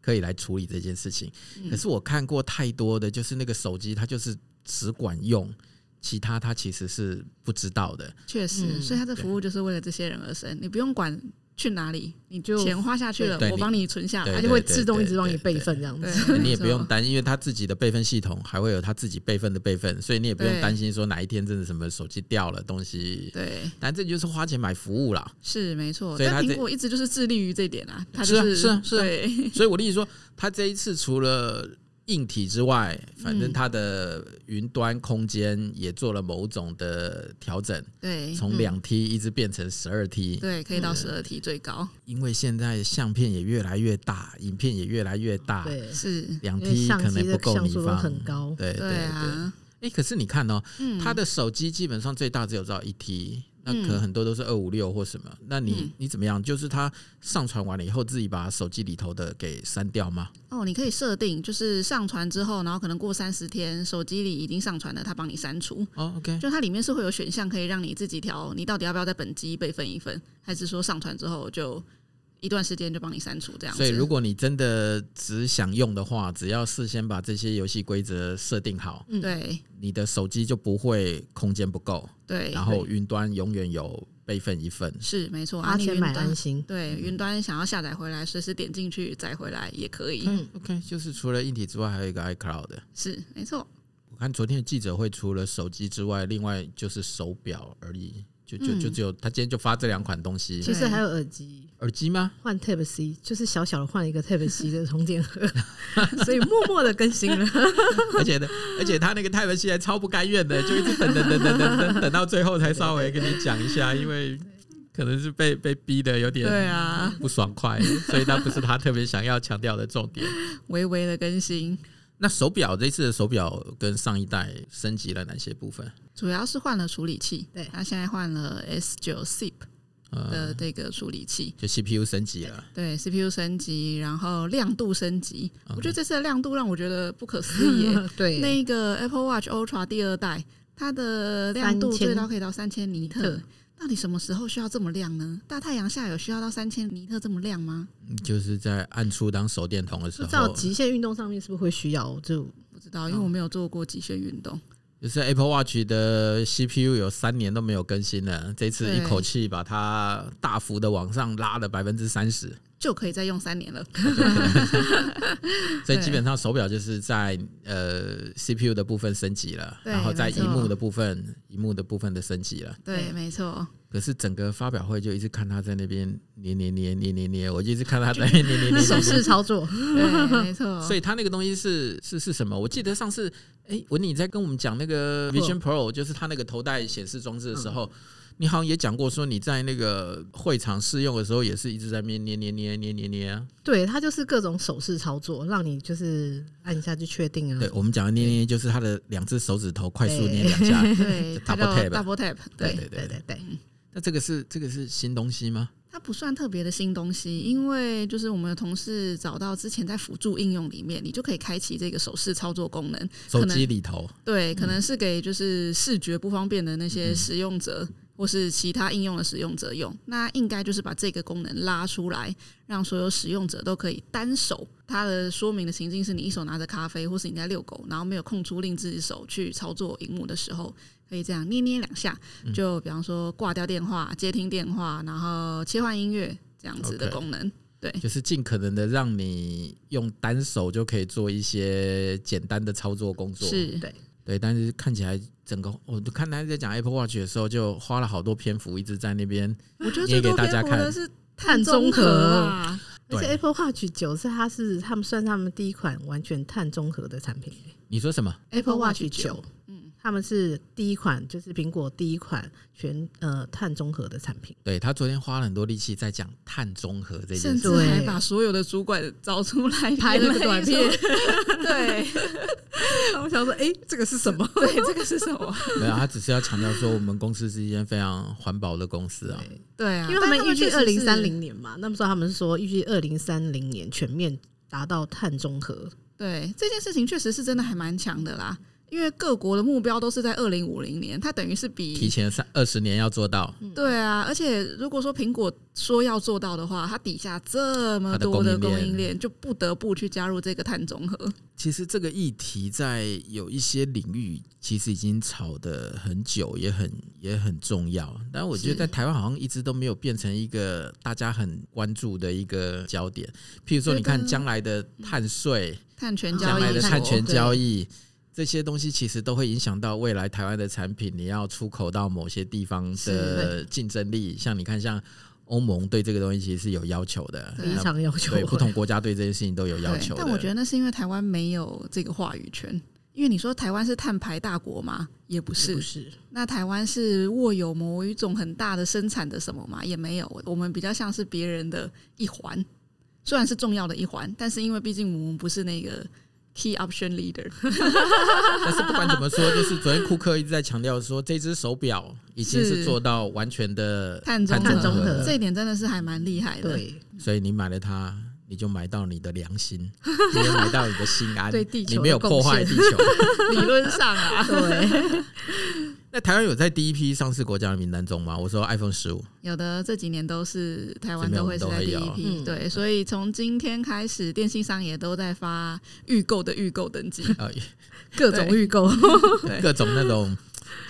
Speaker 1: 可以来处理这件事情。
Speaker 2: 嗯
Speaker 1: 可是我看过太多的，就是那个手机它就是只管用，其他它其实是不知道的。
Speaker 2: 确实，
Speaker 3: 嗯
Speaker 2: 所以它的服务就是为了这些人而生，你不用管去哪里，你
Speaker 3: 就
Speaker 2: 钱花下去了
Speaker 1: 对，
Speaker 2: 我
Speaker 1: 你
Speaker 2: 帮你存下
Speaker 1: 对
Speaker 3: 它
Speaker 2: 来。
Speaker 3: 就会自动一直帮你备份这样子。
Speaker 2: 对，
Speaker 1: 你也
Speaker 2: (laughs) 没错
Speaker 1: 不用担，因为它自己的备份系统还会有它自己备份的备份，所以你也不用
Speaker 2: 对
Speaker 1: 担心说哪一天真的什么手机掉了东西。
Speaker 2: 对，
Speaker 1: 但这就是花钱买服务啦。
Speaker 2: 是没错。
Speaker 1: 所以它
Speaker 2: 但
Speaker 1: 这
Speaker 2: 苹果一直就是致力于这一点啊，它就是
Speaker 1: 啊是啊是啊
Speaker 2: 对，
Speaker 1: 所以我的意思说，它这一次除了硬体之外，反
Speaker 3: 嗯
Speaker 1: 正它的云端空间也做了某种的调整，
Speaker 2: 对，
Speaker 3: 嗯
Speaker 1: 从两 T 一直变成十二 T，
Speaker 2: 对，可以
Speaker 1: 嗯
Speaker 2: 到十二 T 最高，
Speaker 1: 因为现在相片也越来越大，影片也越来越
Speaker 2: 啊
Speaker 1: 大，
Speaker 3: 对，
Speaker 2: 是，
Speaker 1: 两
Speaker 3: 因为
Speaker 1: T
Speaker 3: 相
Speaker 1: 可能
Speaker 3: 机
Speaker 1: 不
Speaker 3: 的
Speaker 1: 够
Speaker 3: 像
Speaker 1: 你
Speaker 3: 素都
Speaker 1: 放，
Speaker 3: 很高。
Speaker 1: 对对
Speaker 2: 对
Speaker 1: 对。
Speaker 2: 啊，
Speaker 1: 哎，可是你看哦，
Speaker 2: 嗯，
Speaker 1: 它的手机基本上最大只有到一 T，那可
Speaker 3: 嗯
Speaker 1: 能很多都是二五六或什么。那你
Speaker 2: 嗯
Speaker 1: 你怎么样？就是它上传完了以后，自己把手机里头的给删掉吗？
Speaker 2: 哦，你可以设定就是上传之后，然后可能过三十天，手机里已经上传了，它帮你删除。
Speaker 1: 哦，OK，
Speaker 2: 就它里面是会有选项可以让你自己调，你到底要不要在本机备份一份，还是说上传之后就一段时间就帮你删除这样子？
Speaker 1: 所以，如果你真的只想用的话，只要事先把这些游戏规则设定好，
Speaker 3: 嗯
Speaker 2: 对
Speaker 1: 你的手机就不会空间不够，
Speaker 2: 对，
Speaker 1: 然后云端永远有备份一份。
Speaker 2: 是没错，啊，
Speaker 3: 花
Speaker 2: 你
Speaker 3: 钱
Speaker 2: 云
Speaker 3: 买
Speaker 2: 端
Speaker 3: 安心。
Speaker 2: 对云端想要下载回来，随时点进去载回来也可以，
Speaker 3: 嗯，
Speaker 1: OK，就是除了硬体之外，还有一个 iCloud。
Speaker 2: 是没错。
Speaker 1: 我看昨天的记者会，除了手机之外，另外就是手表而已，就就
Speaker 2: 嗯
Speaker 1: 就只有他今天就发这两款东西。
Speaker 3: 其实还有耳机。
Speaker 1: 耳机吗？
Speaker 3: 换 Type C 就是小小的换了一个 Type C 的充电盒，所以默默的更新
Speaker 1: (laughs)
Speaker 3: 了。
Speaker 1: 而且呢，而且他那个泰文系还超不甘愿的，就一直等等等等等等，等到最后才稍微跟你讲一下，因为可能是被被逼的有点
Speaker 2: 对啊，
Speaker 1: 不爽快，所以那不是他特别想要强调的重点。 (laughs)
Speaker 2: 微微的更新，
Speaker 1: 那手表这次的手表跟上一代升级了哪些部分？
Speaker 2: 主要是换了处理器，
Speaker 3: 对。
Speaker 2: 它现在换了 S 九 SIP
Speaker 1: 呃，
Speaker 2: 的这个处理器，
Speaker 1: 就 CPU 升级了，
Speaker 2: 对 CPU 升级，然后亮度升级。
Speaker 1: OK
Speaker 2: 我觉得这次的亮度让我觉得不可思议耶 (laughs)
Speaker 3: 对，
Speaker 2: 嗯那一个 Apple Watch Ultra 第二代，它的亮度
Speaker 3: 3000
Speaker 2: 最高可以到三千尼特
Speaker 3: 特。
Speaker 2: 到底什么时候需要这么亮呢？大太阳下有需要到三千尼特这么亮吗？
Speaker 1: 嗯就是在暗处当手电筒的时
Speaker 3: 不知道
Speaker 1: 候，
Speaker 3: 极限运动上面是不是会需要？就
Speaker 1: 嗯
Speaker 2: 不知道，因为我没有做过极限运动。
Speaker 1: 就是 Apple Watch 的 CPU 有三年都没有更新了，这次一
Speaker 3: 对
Speaker 1: 口气把它大幅的往上拉了百分之三十，
Speaker 2: 就可以再用三年
Speaker 1: (laughs)
Speaker 2: 了。
Speaker 1: 所以
Speaker 2: 对
Speaker 1: 基本上手表就是在呃 CPU 的部分升级了，
Speaker 2: 对
Speaker 1: 然后在
Speaker 2: 没
Speaker 1: 荧
Speaker 2: 错
Speaker 1: 幕的部分，荧幕的部分的升级了。
Speaker 2: 对，
Speaker 3: 对
Speaker 2: 没错，
Speaker 1: 可是整个发表会就一直看他在那边捏捏捏捏捏捏，我就一直看他在那边捏捏捏捏捏
Speaker 3: 手势操作， (laughs)
Speaker 2: 对，没错。
Speaker 1: 所以它那个东西是是是什么？我记得上次，哎、文你在跟我们讲那个 Vision Pro，就是它那个头戴显示装置的时候，
Speaker 2: 嗯
Speaker 1: 你好像也讲过说你在那个会场试用的时候也是一直在那边捏捏捏捏捏捏啊。
Speaker 3: 对，它就是各种手势操作，让你就是按一下就确定啊。
Speaker 1: 对，我们讲的捏捏捏就是他的两只手指头快速捏两下。
Speaker 2: 嗯 (laughs) 对，它叫
Speaker 1: Double tap
Speaker 2: double tap，
Speaker 1: 对对
Speaker 2: 对，
Speaker 3: 对对对，
Speaker 1: 那这个是这个是新东西吗？
Speaker 2: 它不算特别的新东西，因为就是我们有同事找到之前在辅助应用里面，你就可以开启这个手势操作功能。
Speaker 1: 手
Speaker 2: 可能
Speaker 1: 机里头
Speaker 2: 对，可能是给就是视觉不方便的那些使用者，或是其他应用的使用者用。那应该就是把这个功能拉出来，让所有使用者都可以单手。它的说明的情境是你一手拿着咖啡，或是你在遛狗，然后没有空出另一只手去操作荧幕的时候，可以这样捏捏两下。就比方说挂掉电话、接听电话，然后切换音乐这样子的
Speaker 1: OK
Speaker 2: 功能。
Speaker 1: 就是尽可能的让你用单手就可以做一些简单的操作工作。
Speaker 2: 是，
Speaker 3: 对
Speaker 1: 对，但是看起来整个，我就看他在讲 Apple Watch 的时候，就花了好多篇幅一直在那边。
Speaker 2: 我觉得
Speaker 1: 捏
Speaker 2: 最
Speaker 1: 给
Speaker 2: 多
Speaker 1: 大家
Speaker 2: 篇幅的
Speaker 1: 看
Speaker 2: 是
Speaker 3: 碳中
Speaker 2: 和
Speaker 3: 和，
Speaker 2: 啊。
Speaker 3: 而且
Speaker 1: 对
Speaker 3: Apple Watch 九是它是他们算是他们第一款完全碳中和的产品。
Speaker 1: 你说什么？
Speaker 3: Apple Watch
Speaker 2: Watch
Speaker 3: 九，
Speaker 2: 嗯
Speaker 3: 嗯，他们是第一款，就是苹果第一款全呃碳中和的产品。
Speaker 1: 对他昨天花了很多力气在讲碳中和这件
Speaker 2: 甚
Speaker 1: 事，
Speaker 2: 至还
Speaker 3: 对
Speaker 2: 把所有的主管找出来
Speaker 3: 拍了个短片
Speaker 2: 拍了一组 (laughs)
Speaker 3: (laughs)
Speaker 2: 对
Speaker 3: 我想说，哎、这个是什么？
Speaker 2: 对，这个是什么？
Speaker 1: 没有，啊他只是要强调说我们公司是一间非常环保的公司啊。
Speaker 2: (laughs) 对啊，
Speaker 3: 因为他们预计
Speaker 2: 但确
Speaker 3: 二
Speaker 2: 实
Speaker 3: 零
Speaker 2: 是
Speaker 3: 三，零年嘛，那么时候他们说预计二零三零年全面达到碳中和。
Speaker 2: 对这件事情确实是真的还蛮强的啦。因为各国的目标都是在二零五零年，它等于是
Speaker 1: 提
Speaker 2: 比
Speaker 1: 前三二十年要做到，
Speaker 3: 嗯
Speaker 2: 对啊，而且如果说苹果说要做到的话，它底下这么多
Speaker 1: 它的
Speaker 2: 的
Speaker 1: 供应
Speaker 2: 供
Speaker 1: 链
Speaker 2: 应链就不得不去加入这个碳中和。
Speaker 1: 其实这个议题在有一些领域其实已经吵得很久，也很也很重要。但我觉得
Speaker 2: 是
Speaker 1: 在台湾好像一直都没有变成一个大家很关注的一个焦点。譬如说，
Speaker 2: 觉
Speaker 1: 你看
Speaker 2: 得
Speaker 1: 将来的碳税。
Speaker 2: 碳权嗯交
Speaker 1: 将
Speaker 2: 易
Speaker 1: 来
Speaker 2: 所，
Speaker 1: 啊的
Speaker 3: 所
Speaker 1: 碳权交易这些东西，其实都会影响到未来台湾的产品你要出口到某些地方的竞争力。像你看，像欧盟对这个东西其实是有要求的，
Speaker 2: 对
Speaker 3: 非
Speaker 1: 那
Speaker 3: 常要求
Speaker 1: 对不同国家对这件事情都有要求
Speaker 2: 对，但我
Speaker 1: 得
Speaker 2: 觉得那是因为台湾没有这个话语权。因为你说台湾是碳排大国嘛，也不
Speaker 3: 是
Speaker 2: 是
Speaker 3: 不，是？
Speaker 2: 那台湾是握有某一种很大的生产的什么吗？也没有，我们比较像是别人的一环，虽然是重要的一环，但是因为毕竟我们不是那个 key option leader， (laughs)
Speaker 1: 但是不管怎么说，就是昨天库克一直在强调说，这只手表已经是
Speaker 2: 是
Speaker 1: 做到完全的
Speaker 2: 碳中
Speaker 3: 碳
Speaker 1: 中
Speaker 3: 中
Speaker 1: 和
Speaker 3: 和
Speaker 2: 这一点真的是还蛮厉害的。
Speaker 3: 对，
Speaker 1: 所以你买了它，你就买到你的良
Speaker 3: (laughs)
Speaker 1: 心，你也买到你的心安，
Speaker 3: 对地球的
Speaker 1: 你没有破坏
Speaker 3: 贡
Speaker 1: 地
Speaker 3: 献
Speaker 1: 球。
Speaker 2: 理论上啊，
Speaker 3: 对，
Speaker 1: (laughs) 那台湾有在第一批上市国家的名单中吗？我说 iPhone 十五，
Speaker 2: 有的这几年都是台湾都会是在第一
Speaker 3: 这边我
Speaker 2: 批，
Speaker 3: 们都会有
Speaker 2: 对，所以从今天开始，电信商也都在发预购的预购登记，
Speaker 1: 呃，
Speaker 3: (laughs) 各种预购。 (laughs)
Speaker 2: 对
Speaker 1: 各种那种，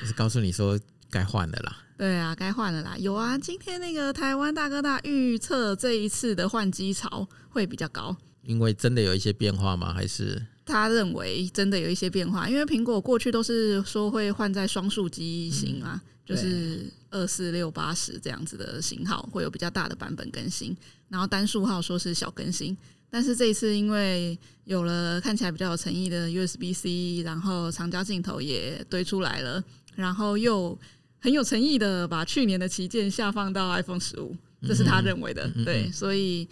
Speaker 1: 就是告诉你说该换的啦。
Speaker 2: 对啊，该换了啦。有啊，今天那个台湾大哥大预测这一次的换机潮会比较高。
Speaker 1: 因为真的有一些变化吗？还是
Speaker 2: 他认为真的有一些变化，因为苹果过去都是说会换在双数机型嘛，
Speaker 1: 嗯
Speaker 2: 就是二四六八十这样子的型号会有比较大的版本更新，然后单数号说是小更新，但是这一次因为有了看起来比较有诚意的 USB C，然后长焦镜头也堆出来了，然后又很有诚意的把去年的旗舰下放到 iPhone 十五，这是他认为的，
Speaker 1: 嗯
Speaker 2: 对，所以。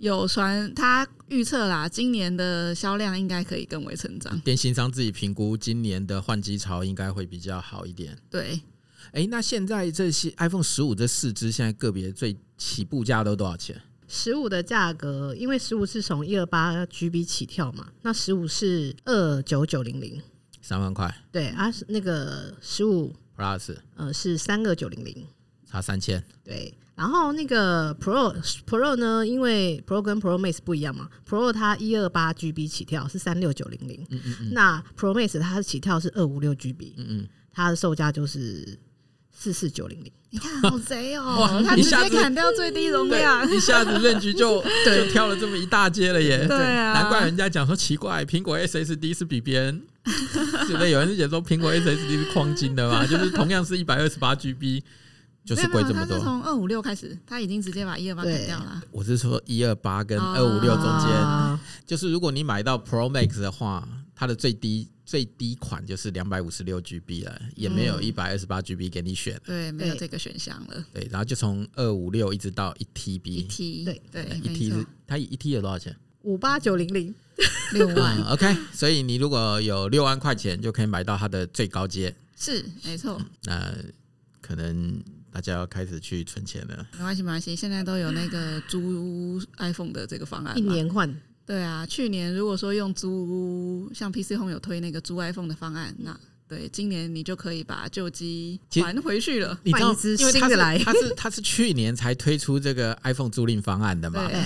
Speaker 2: 有传，他预测啦，今年的销量应该可以更为成长。
Speaker 1: 电信商自己评估今年的换机潮应该会比较好一点？
Speaker 2: 对，
Speaker 1: 诶，哎那现在这些 iPhone 十五这四支现在个别最起步价都多少钱？
Speaker 3: 十五的价格，因为十五是从一二八 GB 起跳嘛，那十五是二九九零零，
Speaker 1: 三万块
Speaker 3: 对啊，那个十五
Speaker 1: ，Plus
Speaker 3: 呃是三二九零零，
Speaker 2: (laughs)
Speaker 1: 差三千，
Speaker 3: 对然后那个 Pro Pro 呢，因为 Pro 跟 Pro Max 不一样嘛，Pro 它一二八 GB 起跳是三六九零零，
Speaker 1: 嗯嗯嗯
Speaker 3: 那 Pro Max 它起跳是二五六 GB，
Speaker 1: 嗯嗯，
Speaker 3: 它的售价就是四四九零零。
Speaker 2: 你看好
Speaker 1: (laughs)
Speaker 2: 贼
Speaker 1: 哇
Speaker 2: 哦，他直
Speaker 1: 一下
Speaker 2: 接
Speaker 1: 子
Speaker 2: 砍掉最低容量，
Speaker 1: 对，一下子任局
Speaker 2: (laughs)
Speaker 1: 就就跳了这么一大截了耶。
Speaker 2: 对啊，
Speaker 1: 难怪人家讲说奇怪，苹果 SSD 是比别人， (laughs) 对不对？有人是解说苹果 SSD 是框金
Speaker 2: (laughs)
Speaker 1: 的嘛，就是同样是一百二十八 GB，就是贵这么
Speaker 2: 没有没有他是
Speaker 1: 多。
Speaker 2: 从二五六开始，他已经直接把一二八
Speaker 3: 对
Speaker 2: 砍掉了。
Speaker 1: 我是说一二八跟
Speaker 2: 哦
Speaker 1: 二五六中间，
Speaker 3: 啊
Speaker 1: 就是如果你买到 Pro Max 的话，它的最低最低款就是两百五十六 GB 了，也没有一百二十八 GB 给你选。
Speaker 2: 对，没有
Speaker 3: 对
Speaker 2: 这个选项了，
Speaker 1: 对，然后就从二五六一直到一
Speaker 2: 一
Speaker 1: TB，
Speaker 2: T
Speaker 3: 对
Speaker 2: 对，
Speaker 1: 一 E T 是
Speaker 2: 没
Speaker 1: 它一 T 有多少钱？
Speaker 3: 五八九零零，
Speaker 2: 错，六万
Speaker 1: 嗯 OK，所以你如果有六万块钱，就可以买到它的最高阶。
Speaker 2: 是没错，
Speaker 1: 那可能大家要开始去存钱了。
Speaker 2: 没关系没关系，现在都有那个租 iPhone 的这个方案嘛
Speaker 3: 一年换
Speaker 2: 对啊，去年如果说用租，像 PC Home 有推那个租 iPhone 的方案，那对，今年你就可以把旧机
Speaker 1: 其实
Speaker 2: 还回去了。
Speaker 1: 你知道
Speaker 3: 换一只，
Speaker 1: 因为它
Speaker 3: 新的
Speaker 1: 是
Speaker 3: 来
Speaker 1: 它是它是去年才推出这个 iPhone 租赁方案的嘛。
Speaker 2: 对，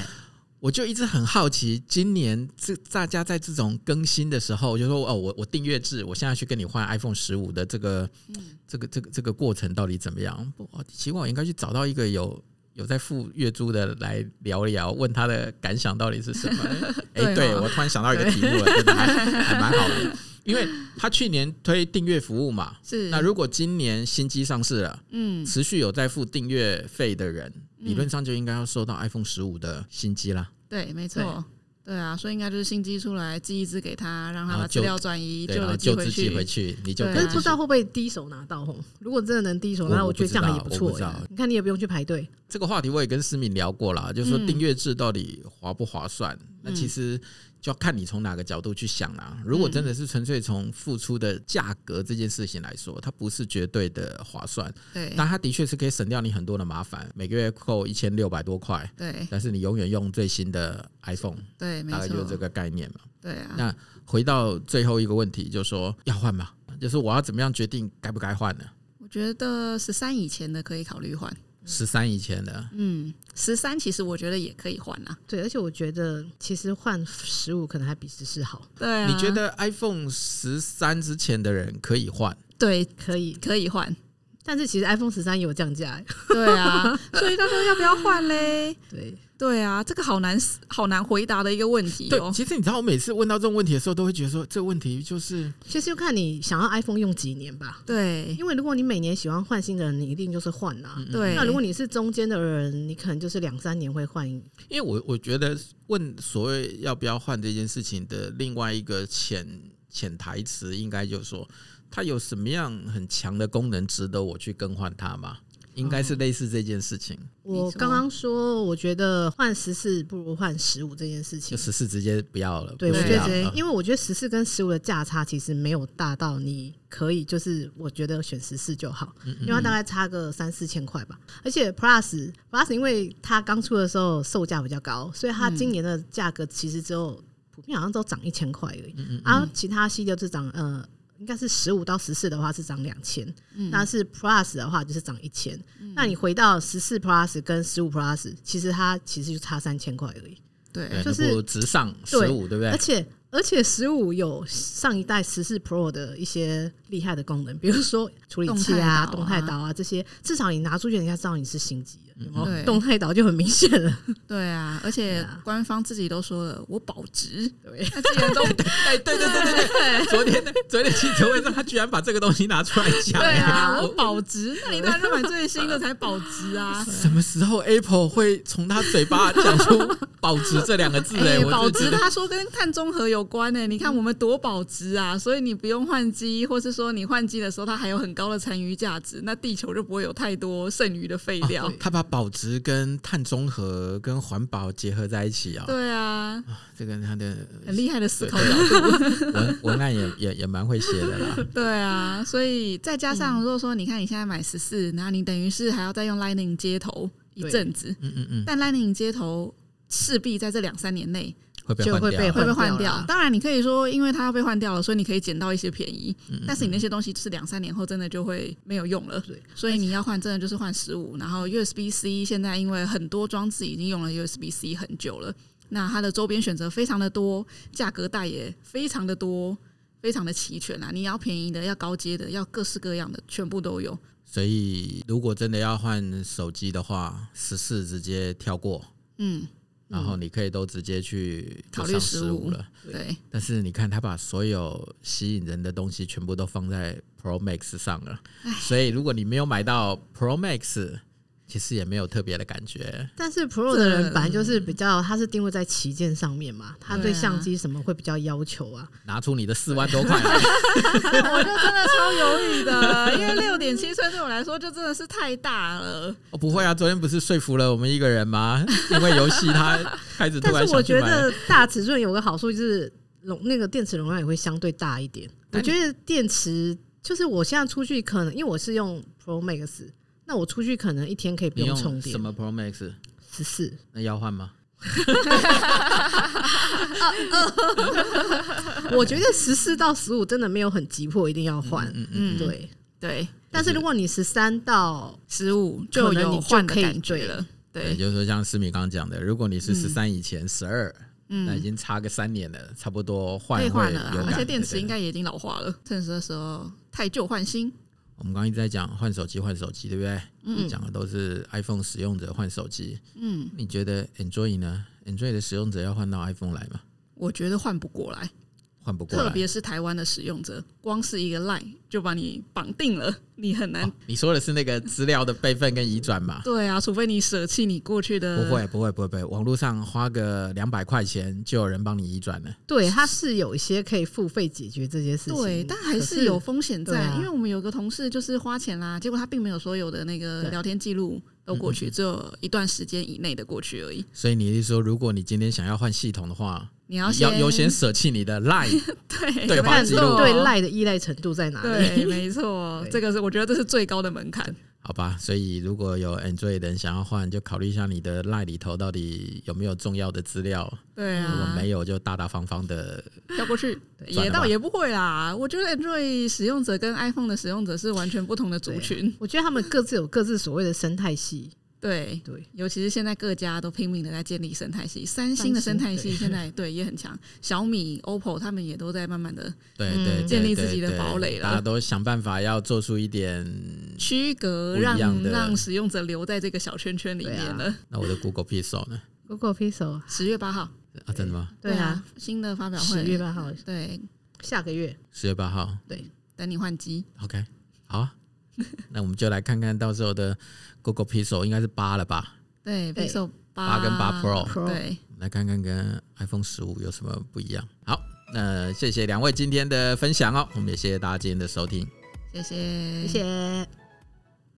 Speaker 1: 我就一直很好奇，今年这大家在这种更新的时候，就说哦，我我订阅制，我现在去跟你换 iPhone 十五的这个、
Speaker 2: 嗯
Speaker 1: 这个这个这个过程到底怎么样？不，哦奇怪，我应该去找到一个有有在付月租的来聊聊，问他的感想到底是什
Speaker 2: (laughs)
Speaker 1: 么？哎、
Speaker 2: 对哦
Speaker 1: 对我突然想到一个题目了，真的还还蛮好的，因为他去年推订阅服务嘛。
Speaker 2: 是
Speaker 1: 那如果今年新机上市了，
Speaker 2: 嗯，
Speaker 1: 持续有在付订阅费的人，理论上就应该要收到 iPhone 十五的新机啦。
Speaker 2: 对，没错。对啊，所以应该就是新机出来寄一只给他，让他
Speaker 1: 然后
Speaker 2: 把资
Speaker 1: 旧
Speaker 2: 料转移，
Speaker 1: 对，然后
Speaker 2: 的
Speaker 1: 就
Speaker 2: 回
Speaker 1: 只
Speaker 2: 去
Speaker 1: 寄。回去，你就
Speaker 2: 对
Speaker 1: 可以
Speaker 3: 可嗯是
Speaker 2: 啊
Speaker 1: 继
Speaker 3: 不知
Speaker 1: 续
Speaker 3: 道会不会第一手拿到吼？如果真的能第一手
Speaker 1: 我
Speaker 3: 拿到，
Speaker 1: 我
Speaker 3: 觉得
Speaker 1: 不
Speaker 3: 这样
Speaker 1: 知
Speaker 3: 也
Speaker 1: 道我不
Speaker 3: 错
Speaker 1: 知
Speaker 3: 耶
Speaker 1: 道。
Speaker 3: 你看你也不用去排队，
Speaker 1: 这个话题我也跟思敏聊过啦，就是说
Speaker 2: 嗯
Speaker 1: 订阅制到底划不划算？那其实就要看你从哪个角度去想啦。如果
Speaker 2: 嗯
Speaker 1: 真的是纯粹从付出的价格这件事情来说，它不是绝对的划算，
Speaker 2: 对
Speaker 1: 但它的确是可以省掉你很多的麻烦，每个月扣一千六百多块，
Speaker 2: 对
Speaker 1: 但是你永远用最新的 iPhone，
Speaker 2: 对，没
Speaker 1: 大概就是
Speaker 2: 错，
Speaker 1: 这个概念嘛。
Speaker 2: 对啊，
Speaker 1: 那回到最后一个问题，就说要换吗？就是我要怎么样决定该不该换呢？
Speaker 2: 我觉得十三以前的可以考虑换，
Speaker 1: 十三以前的，
Speaker 2: 嗯，十三其实我觉得也可以换啊。
Speaker 3: 对，而且我觉得其实换十五可能还比十四好，
Speaker 2: 对啊，
Speaker 1: 你觉得 iPhone 十三之前的人可以换？
Speaker 2: 对
Speaker 3: 可以。
Speaker 2: 可以换？
Speaker 3: 但是其实 iPhone 十三有降价欸耶，
Speaker 2: 对啊，所以他说要不要换嘞？
Speaker 3: 对，
Speaker 2: 对啊，这个好难好难回答的一个问题
Speaker 1: 对，
Speaker 2: 哦。
Speaker 1: 其实你知道，我每次问到这种问题的时候，都会觉得说，这个问题就是
Speaker 3: 其实就看你想要 iPhone 用几年吧。
Speaker 2: 对
Speaker 3: 因为如果你每年喜欢换新的人，你一定就是换啦、
Speaker 1: 嗯
Speaker 2: 对，
Speaker 3: 那如果你是中间的人，你可能就是两三年会换一。
Speaker 1: 因为我我觉得问所谓要不要换这件事情的另外一个潜潜台词，应该就是说，它有什么样很强的功能值得我去更换它吗？应该
Speaker 3: 哦
Speaker 1: 是类似这件事情，
Speaker 3: 我
Speaker 2: 没错
Speaker 3: 刚刚说，我觉得换十四不如换十五这件事
Speaker 1: 就，
Speaker 3: 情啊
Speaker 1: 十四直接不要了。
Speaker 3: 对，我
Speaker 1: 不
Speaker 3: 觉
Speaker 1: 需
Speaker 3: 得
Speaker 1: 要
Speaker 3: 直接
Speaker 1: 嗯
Speaker 3: 因为我觉得十四跟十五的价差其实没有大到你可以就是我觉得选十四就好，
Speaker 1: 嗯
Speaker 3: 因为它大概差个三四千块吧。而且 Plus Plus 因为它刚出的时候售价比较高，所以它今年的价格其实只有普遍好像都涨一千块而已，
Speaker 1: 嗯
Speaker 3: 啊，其他系列就涨呃。应该是十五到十四的话是涨两千，那是 Plus 的话就是涨一千。那你回到十四 Plus 跟十五 Plus，其实它其实就差三千块而已。
Speaker 1: 对，
Speaker 2: 对
Speaker 3: 就是
Speaker 1: 那不如直上十
Speaker 3: 对
Speaker 1: 五，对不对
Speaker 3: 而？且而且十五有上一代十四 Pro 的一些厉害的功能，比如说处理器啊、
Speaker 2: 动
Speaker 3: 动
Speaker 2: 态岛
Speaker 3: 态
Speaker 2: 啊
Speaker 3: 岛啊这些，至少你拿出去，人家知道你是新机的，有没
Speaker 2: 对
Speaker 3: 有？动态岛就很明显
Speaker 2: (laughs)
Speaker 3: 了。
Speaker 2: 对啊，而且
Speaker 3: 啊
Speaker 2: 官方自己都说了，我保值。
Speaker 3: 对，
Speaker 2: (laughs) 那既然都
Speaker 1: 哎，对对对对 (laughs) 对，昨天的昨天记者会上，他居然把这个东西拿出来讲。
Speaker 2: 对
Speaker 1: 哎
Speaker 2: 啊，我
Speaker 1: 我
Speaker 2: 保值，那你当然是买最新的才保值啊。
Speaker 1: 什么时候 Apple 会从他嘴巴讲出“保值”这两个
Speaker 2: (laughs)
Speaker 1: 字？哎，我
Speaker 2: 保
Speaker 1: 就觉
Speaker 2: 值，
Speaker 1: 得
Speaker 2: 他说跟碳中和有关呢、哎你看我们多保值啊，所以你不用换机，或是说你换机的时候它还有很高的残余价值，那地球就不会有太多剩余的废
Speaker 1: (laughs)
Speaker 2: 料。
Speaker 1: 哦他把保值跟碳中和跟环保结合在一起啊、
Speaker 2: 对啊，
Speaker 1: 这个他的
Speaker 2: 很厉害的思考
Speaker 1: 对
Speaker 2: 角度。
Speaker 1: 文文案也也也蛮会写的
Speaker 2: (laughs)
Speaker 1: 啦。
Speaker 2: 对啊，所以再加上如果说你看你现在买十四，然后你等于是还要再用 Lightning 接头一阵子，
Speaker 1: 嗯嗯嗯，
Speaker 2: 但 Lightning 接头势必在这两三年内
Speaker 1: 会被
Speaker 3: 就
Speaker 1: 换
Speaker 3: 会被
Speaker 1: 掉
Speaker 2: 会
Speaker 1: 了。
Speaker 2: 被换
Speaker 3: 换掉
Speaker 2: 掉
Speaker 3: 啦。
Speaker 2: 当然，你可以说，因为它被换掉了，所以你可以捡到一些便宜。但是你那些东西就是两三年后真的就会没有用了
Speaker 3: 对，
Speaker 2: 所以你要换，真的就是换十五。然后 USB C 现在因为很多装置已经用了 USB C 很久了，那它的周边选择非常的多，价格带也非常的多，非常的齐全啊！你要便宜的，要高阶的，要各式各样的，全部都有。
Speaker 1: 所以如果真的要换手机的话，十四直接跳过，
Speaker 2: 嗯，
Speaker 1: 然后你可以都直接去
Speaker 2: 考
Speaker 1: 就
Speaker 2: 虑
Speaker 1: 上
Speaker 2: 15
Speaker 1: 15了。
Speaker 2: 对，
Speaker 1: 但是你看，他把所有吸引人的东西全部都放在 Pro Max 上了，所以如果你没有买到 Pro Max，其实也没有特别的感觉。
Speaker 3: 但是 Pro 的人本来就是比较，他是定位在旗舰上面嘛，
Speaker 2: 啊
Speaker 3: 他对相机什么会比较要求啊。
Speaker 1: 拿出你的四万
Speaker 2: (laughs)
Speaker 1: 多块来，
Speaker 2: 哦我就真的超犹豫的，因为六点七寸对我来说就真的是太大了。
Speaker 1: 哦，不会啊，昨天不是说服了我们一个人吗？因为游戏他开始突
Speaker 3: 但
Speaker 1: 然
Speaker 3: 是我
Speaker 1: 想去
Speaker 3: 觉
Speaker 1: 买了。
Speaker 3: 得大尺寸有个好处就是容那个电池容量也会相对大一点。我觉得电池就是我现在出去可能因为我是用 Pro Max，那我出去可能一天可以不
Speaker 1: 你
Speaker 3: 用充
Speaker 1: 用
Speaker 3: 电
Speaker 1: 什。么 Pro Max？
Speaker 3: 十四，
Speaker 1: 那要换吗？
Speaker 2: (laughs)
Speaker 3: 我觉得十四到十五真的没有很急迫一定要换，
Speaker 2: 嗯，
Speaker 3: 对。
Speaker 2: 对，
Speaker 3: 但是如果你十三到
Speaker 2: 十五就
Speaker 3: 可能
Speaker 2: 有
Speaker 3: 你就
Speaker 2: 换的
Speaker 3: 可以
Speaker 2: 感觉了。
Speaker 1: 也
Speaker 2: 对，
Speaker 1: 就是说，像思敏刚刚讲的，如果你是
Speaker 2: 嗯
Speaker 1: 十三以前十二、那已
Speaker 2: 嗯，
Speaker 1: 经差个三年了，差不多换
Speaker 2: 可以
Speaker 1: 会
Speaker 2: 换
Speaker 1: 有
Speaker 2: 了啊，
Speaker 1: 感
Speaker 2: 而且
Speaker 1: 对
Speaker 2: 电池
Speaker 1: 对
Speaker 2: 应该也已经老化了，趁这时候太旧换新。
Speaker 1: 我们刚刚一直在讲换手机，换手机，对不对？
Speaker 2: 嗯
Speaker 1: 讲的都是 iPhone 使用者换手机。
Speaker 2: 嗯，
Speaker 1: 你觉得 Android 呢？Android 的使用者要换到 iPhone 来吗？
Speaker 2: 我觉得换不过来，
Speaker 1: 换不过来。
Speaker 2: 特别是台湾的使用者，光是一个 Line 就把你绑定了，你很难。
Speaker 1: 哦你说的是那个资料的备份跟移转嘛？
Speaker 2: 对啊，除非你舍弃你过去的，
Speaker 1: 不会，啊不会，不会，不会。网络上花个两百块钱就有人帮你移转了。
Speaker 3: 对，它是有一些可以付费解决这些事情，
Speaker 2: 对，但还
Speaker 3: 可
Speaker 2: 是有风险
Speaker 3: 对
Speaker 2: 在，
Speaker 3: 啊
Speaker 2: 因为我们有个同事就是花钱啦，结果他并没有所有的那个
Speaker 3: 对
Speaker 2: 聊天记录都
Speaker 1: 嗯
Speaker 2: 过去，只有一段时间以内的过去而已。
Speaker 1: 所以你是说，如果你今天想要换系统的话，
Speaker 2: 你要
Speaker 1: 你要
Speaker 2: 先
Speaker 1: 优先舍弃你的 Line (laughs)
Speaker 2: 对 (laughs)
Speaker 1: 对话
Speaker 3: 看
Speaker 2: 没
Speaker 1: 记
Speaker 2: 错
Speaker 1: 录
Speaker 3: 对赖的依赖程度在哪里。
Speaker 2: 对，没错，
Speaker 3: 对
Speaker 2: 这个是我觉得这是最高的门槛。
Speaker 1: 好吧？所以如果有 Android 的人想要换，就考虑一下你的 Line 里头到底有没有重要的资料。
Speaker 2: 对
Speaker 1: 如果
Speaker 2: 啊，
Speaker 1: 没有，就大大方方的
Speaker 2: 跳过去
Speaker 1: 算
Speaker 2: 也
Speaker 1: 了吧
Speaker 2: 倒也不会啦。我觉得 Android 使用者跟 iPhone 的使用者是完全不同的族群，
Speaker 3: 我觉得他们各自有各自所谓的生态系，
Speaker 2: 对。
Speaker 3: 对，
Speaker 2: 尤其是现在各家都拼命的在建立生态系，三星的生态系
Speaker 3: 对
Speaker 2: 现在对也很强，小米、OPPO 他们也都在慢慢的
Speaker 1: 对
Speaker 3: 嗯
Speaker 1: 对，对
Speaker 2: 建立
Speaker 1: 对
Speaker 2: 自己的
Speaker 1: 对
Speaker 2: 堡垒了
Speaker 1: 大家都想办法要做出一点。
Speaker 2: 区隔
Speaker 1: 不一
Speaker 2: 让
Speaker 1: 样的啊
Speaker 2: 让使用者留在这个小圈圈里面
Speaker 3: 对
Speaker 2: 了。
Speaker 1: 那我的 Google Pixel
Speaker 2: (laughs)
Speaker 1: 呢？
Speaker 3: Google Pixel，
Speaker 2: 十、月八号，
Speaker 1: 啊，真的吗？
Speaker 3: 对啊，，
Speaker 2: 新的发表会，
Speaker 3: 十月八号，
Speaker 2: 对，
Speaker 3: 下个月，
Speaker 1: 十月八号
Speaker 2: 等你换机。
Speaker 1: ，OK，好
Speaker 2: (laughs)
Speaker 1: 啊。那我们就来看看到时候的 Google Pixel 应该是八了吧？
Speaker 2: 对
Speaker 3: 对
Speaker 2: ，Pixel
Speaker 1: 八
Speaker 2: 八
Speaker 1: 跟八 Pro，
Speaker 3: Pro
Speaker 2: 对，
Speaker 1: 来看看跟 iPhone 十五有什么不一样。好，那谢谢两位今天的分享哦，我们也谢谢大家今天的收听。
Speaker 2: 谢谢，
Speaker 3: 谢谢。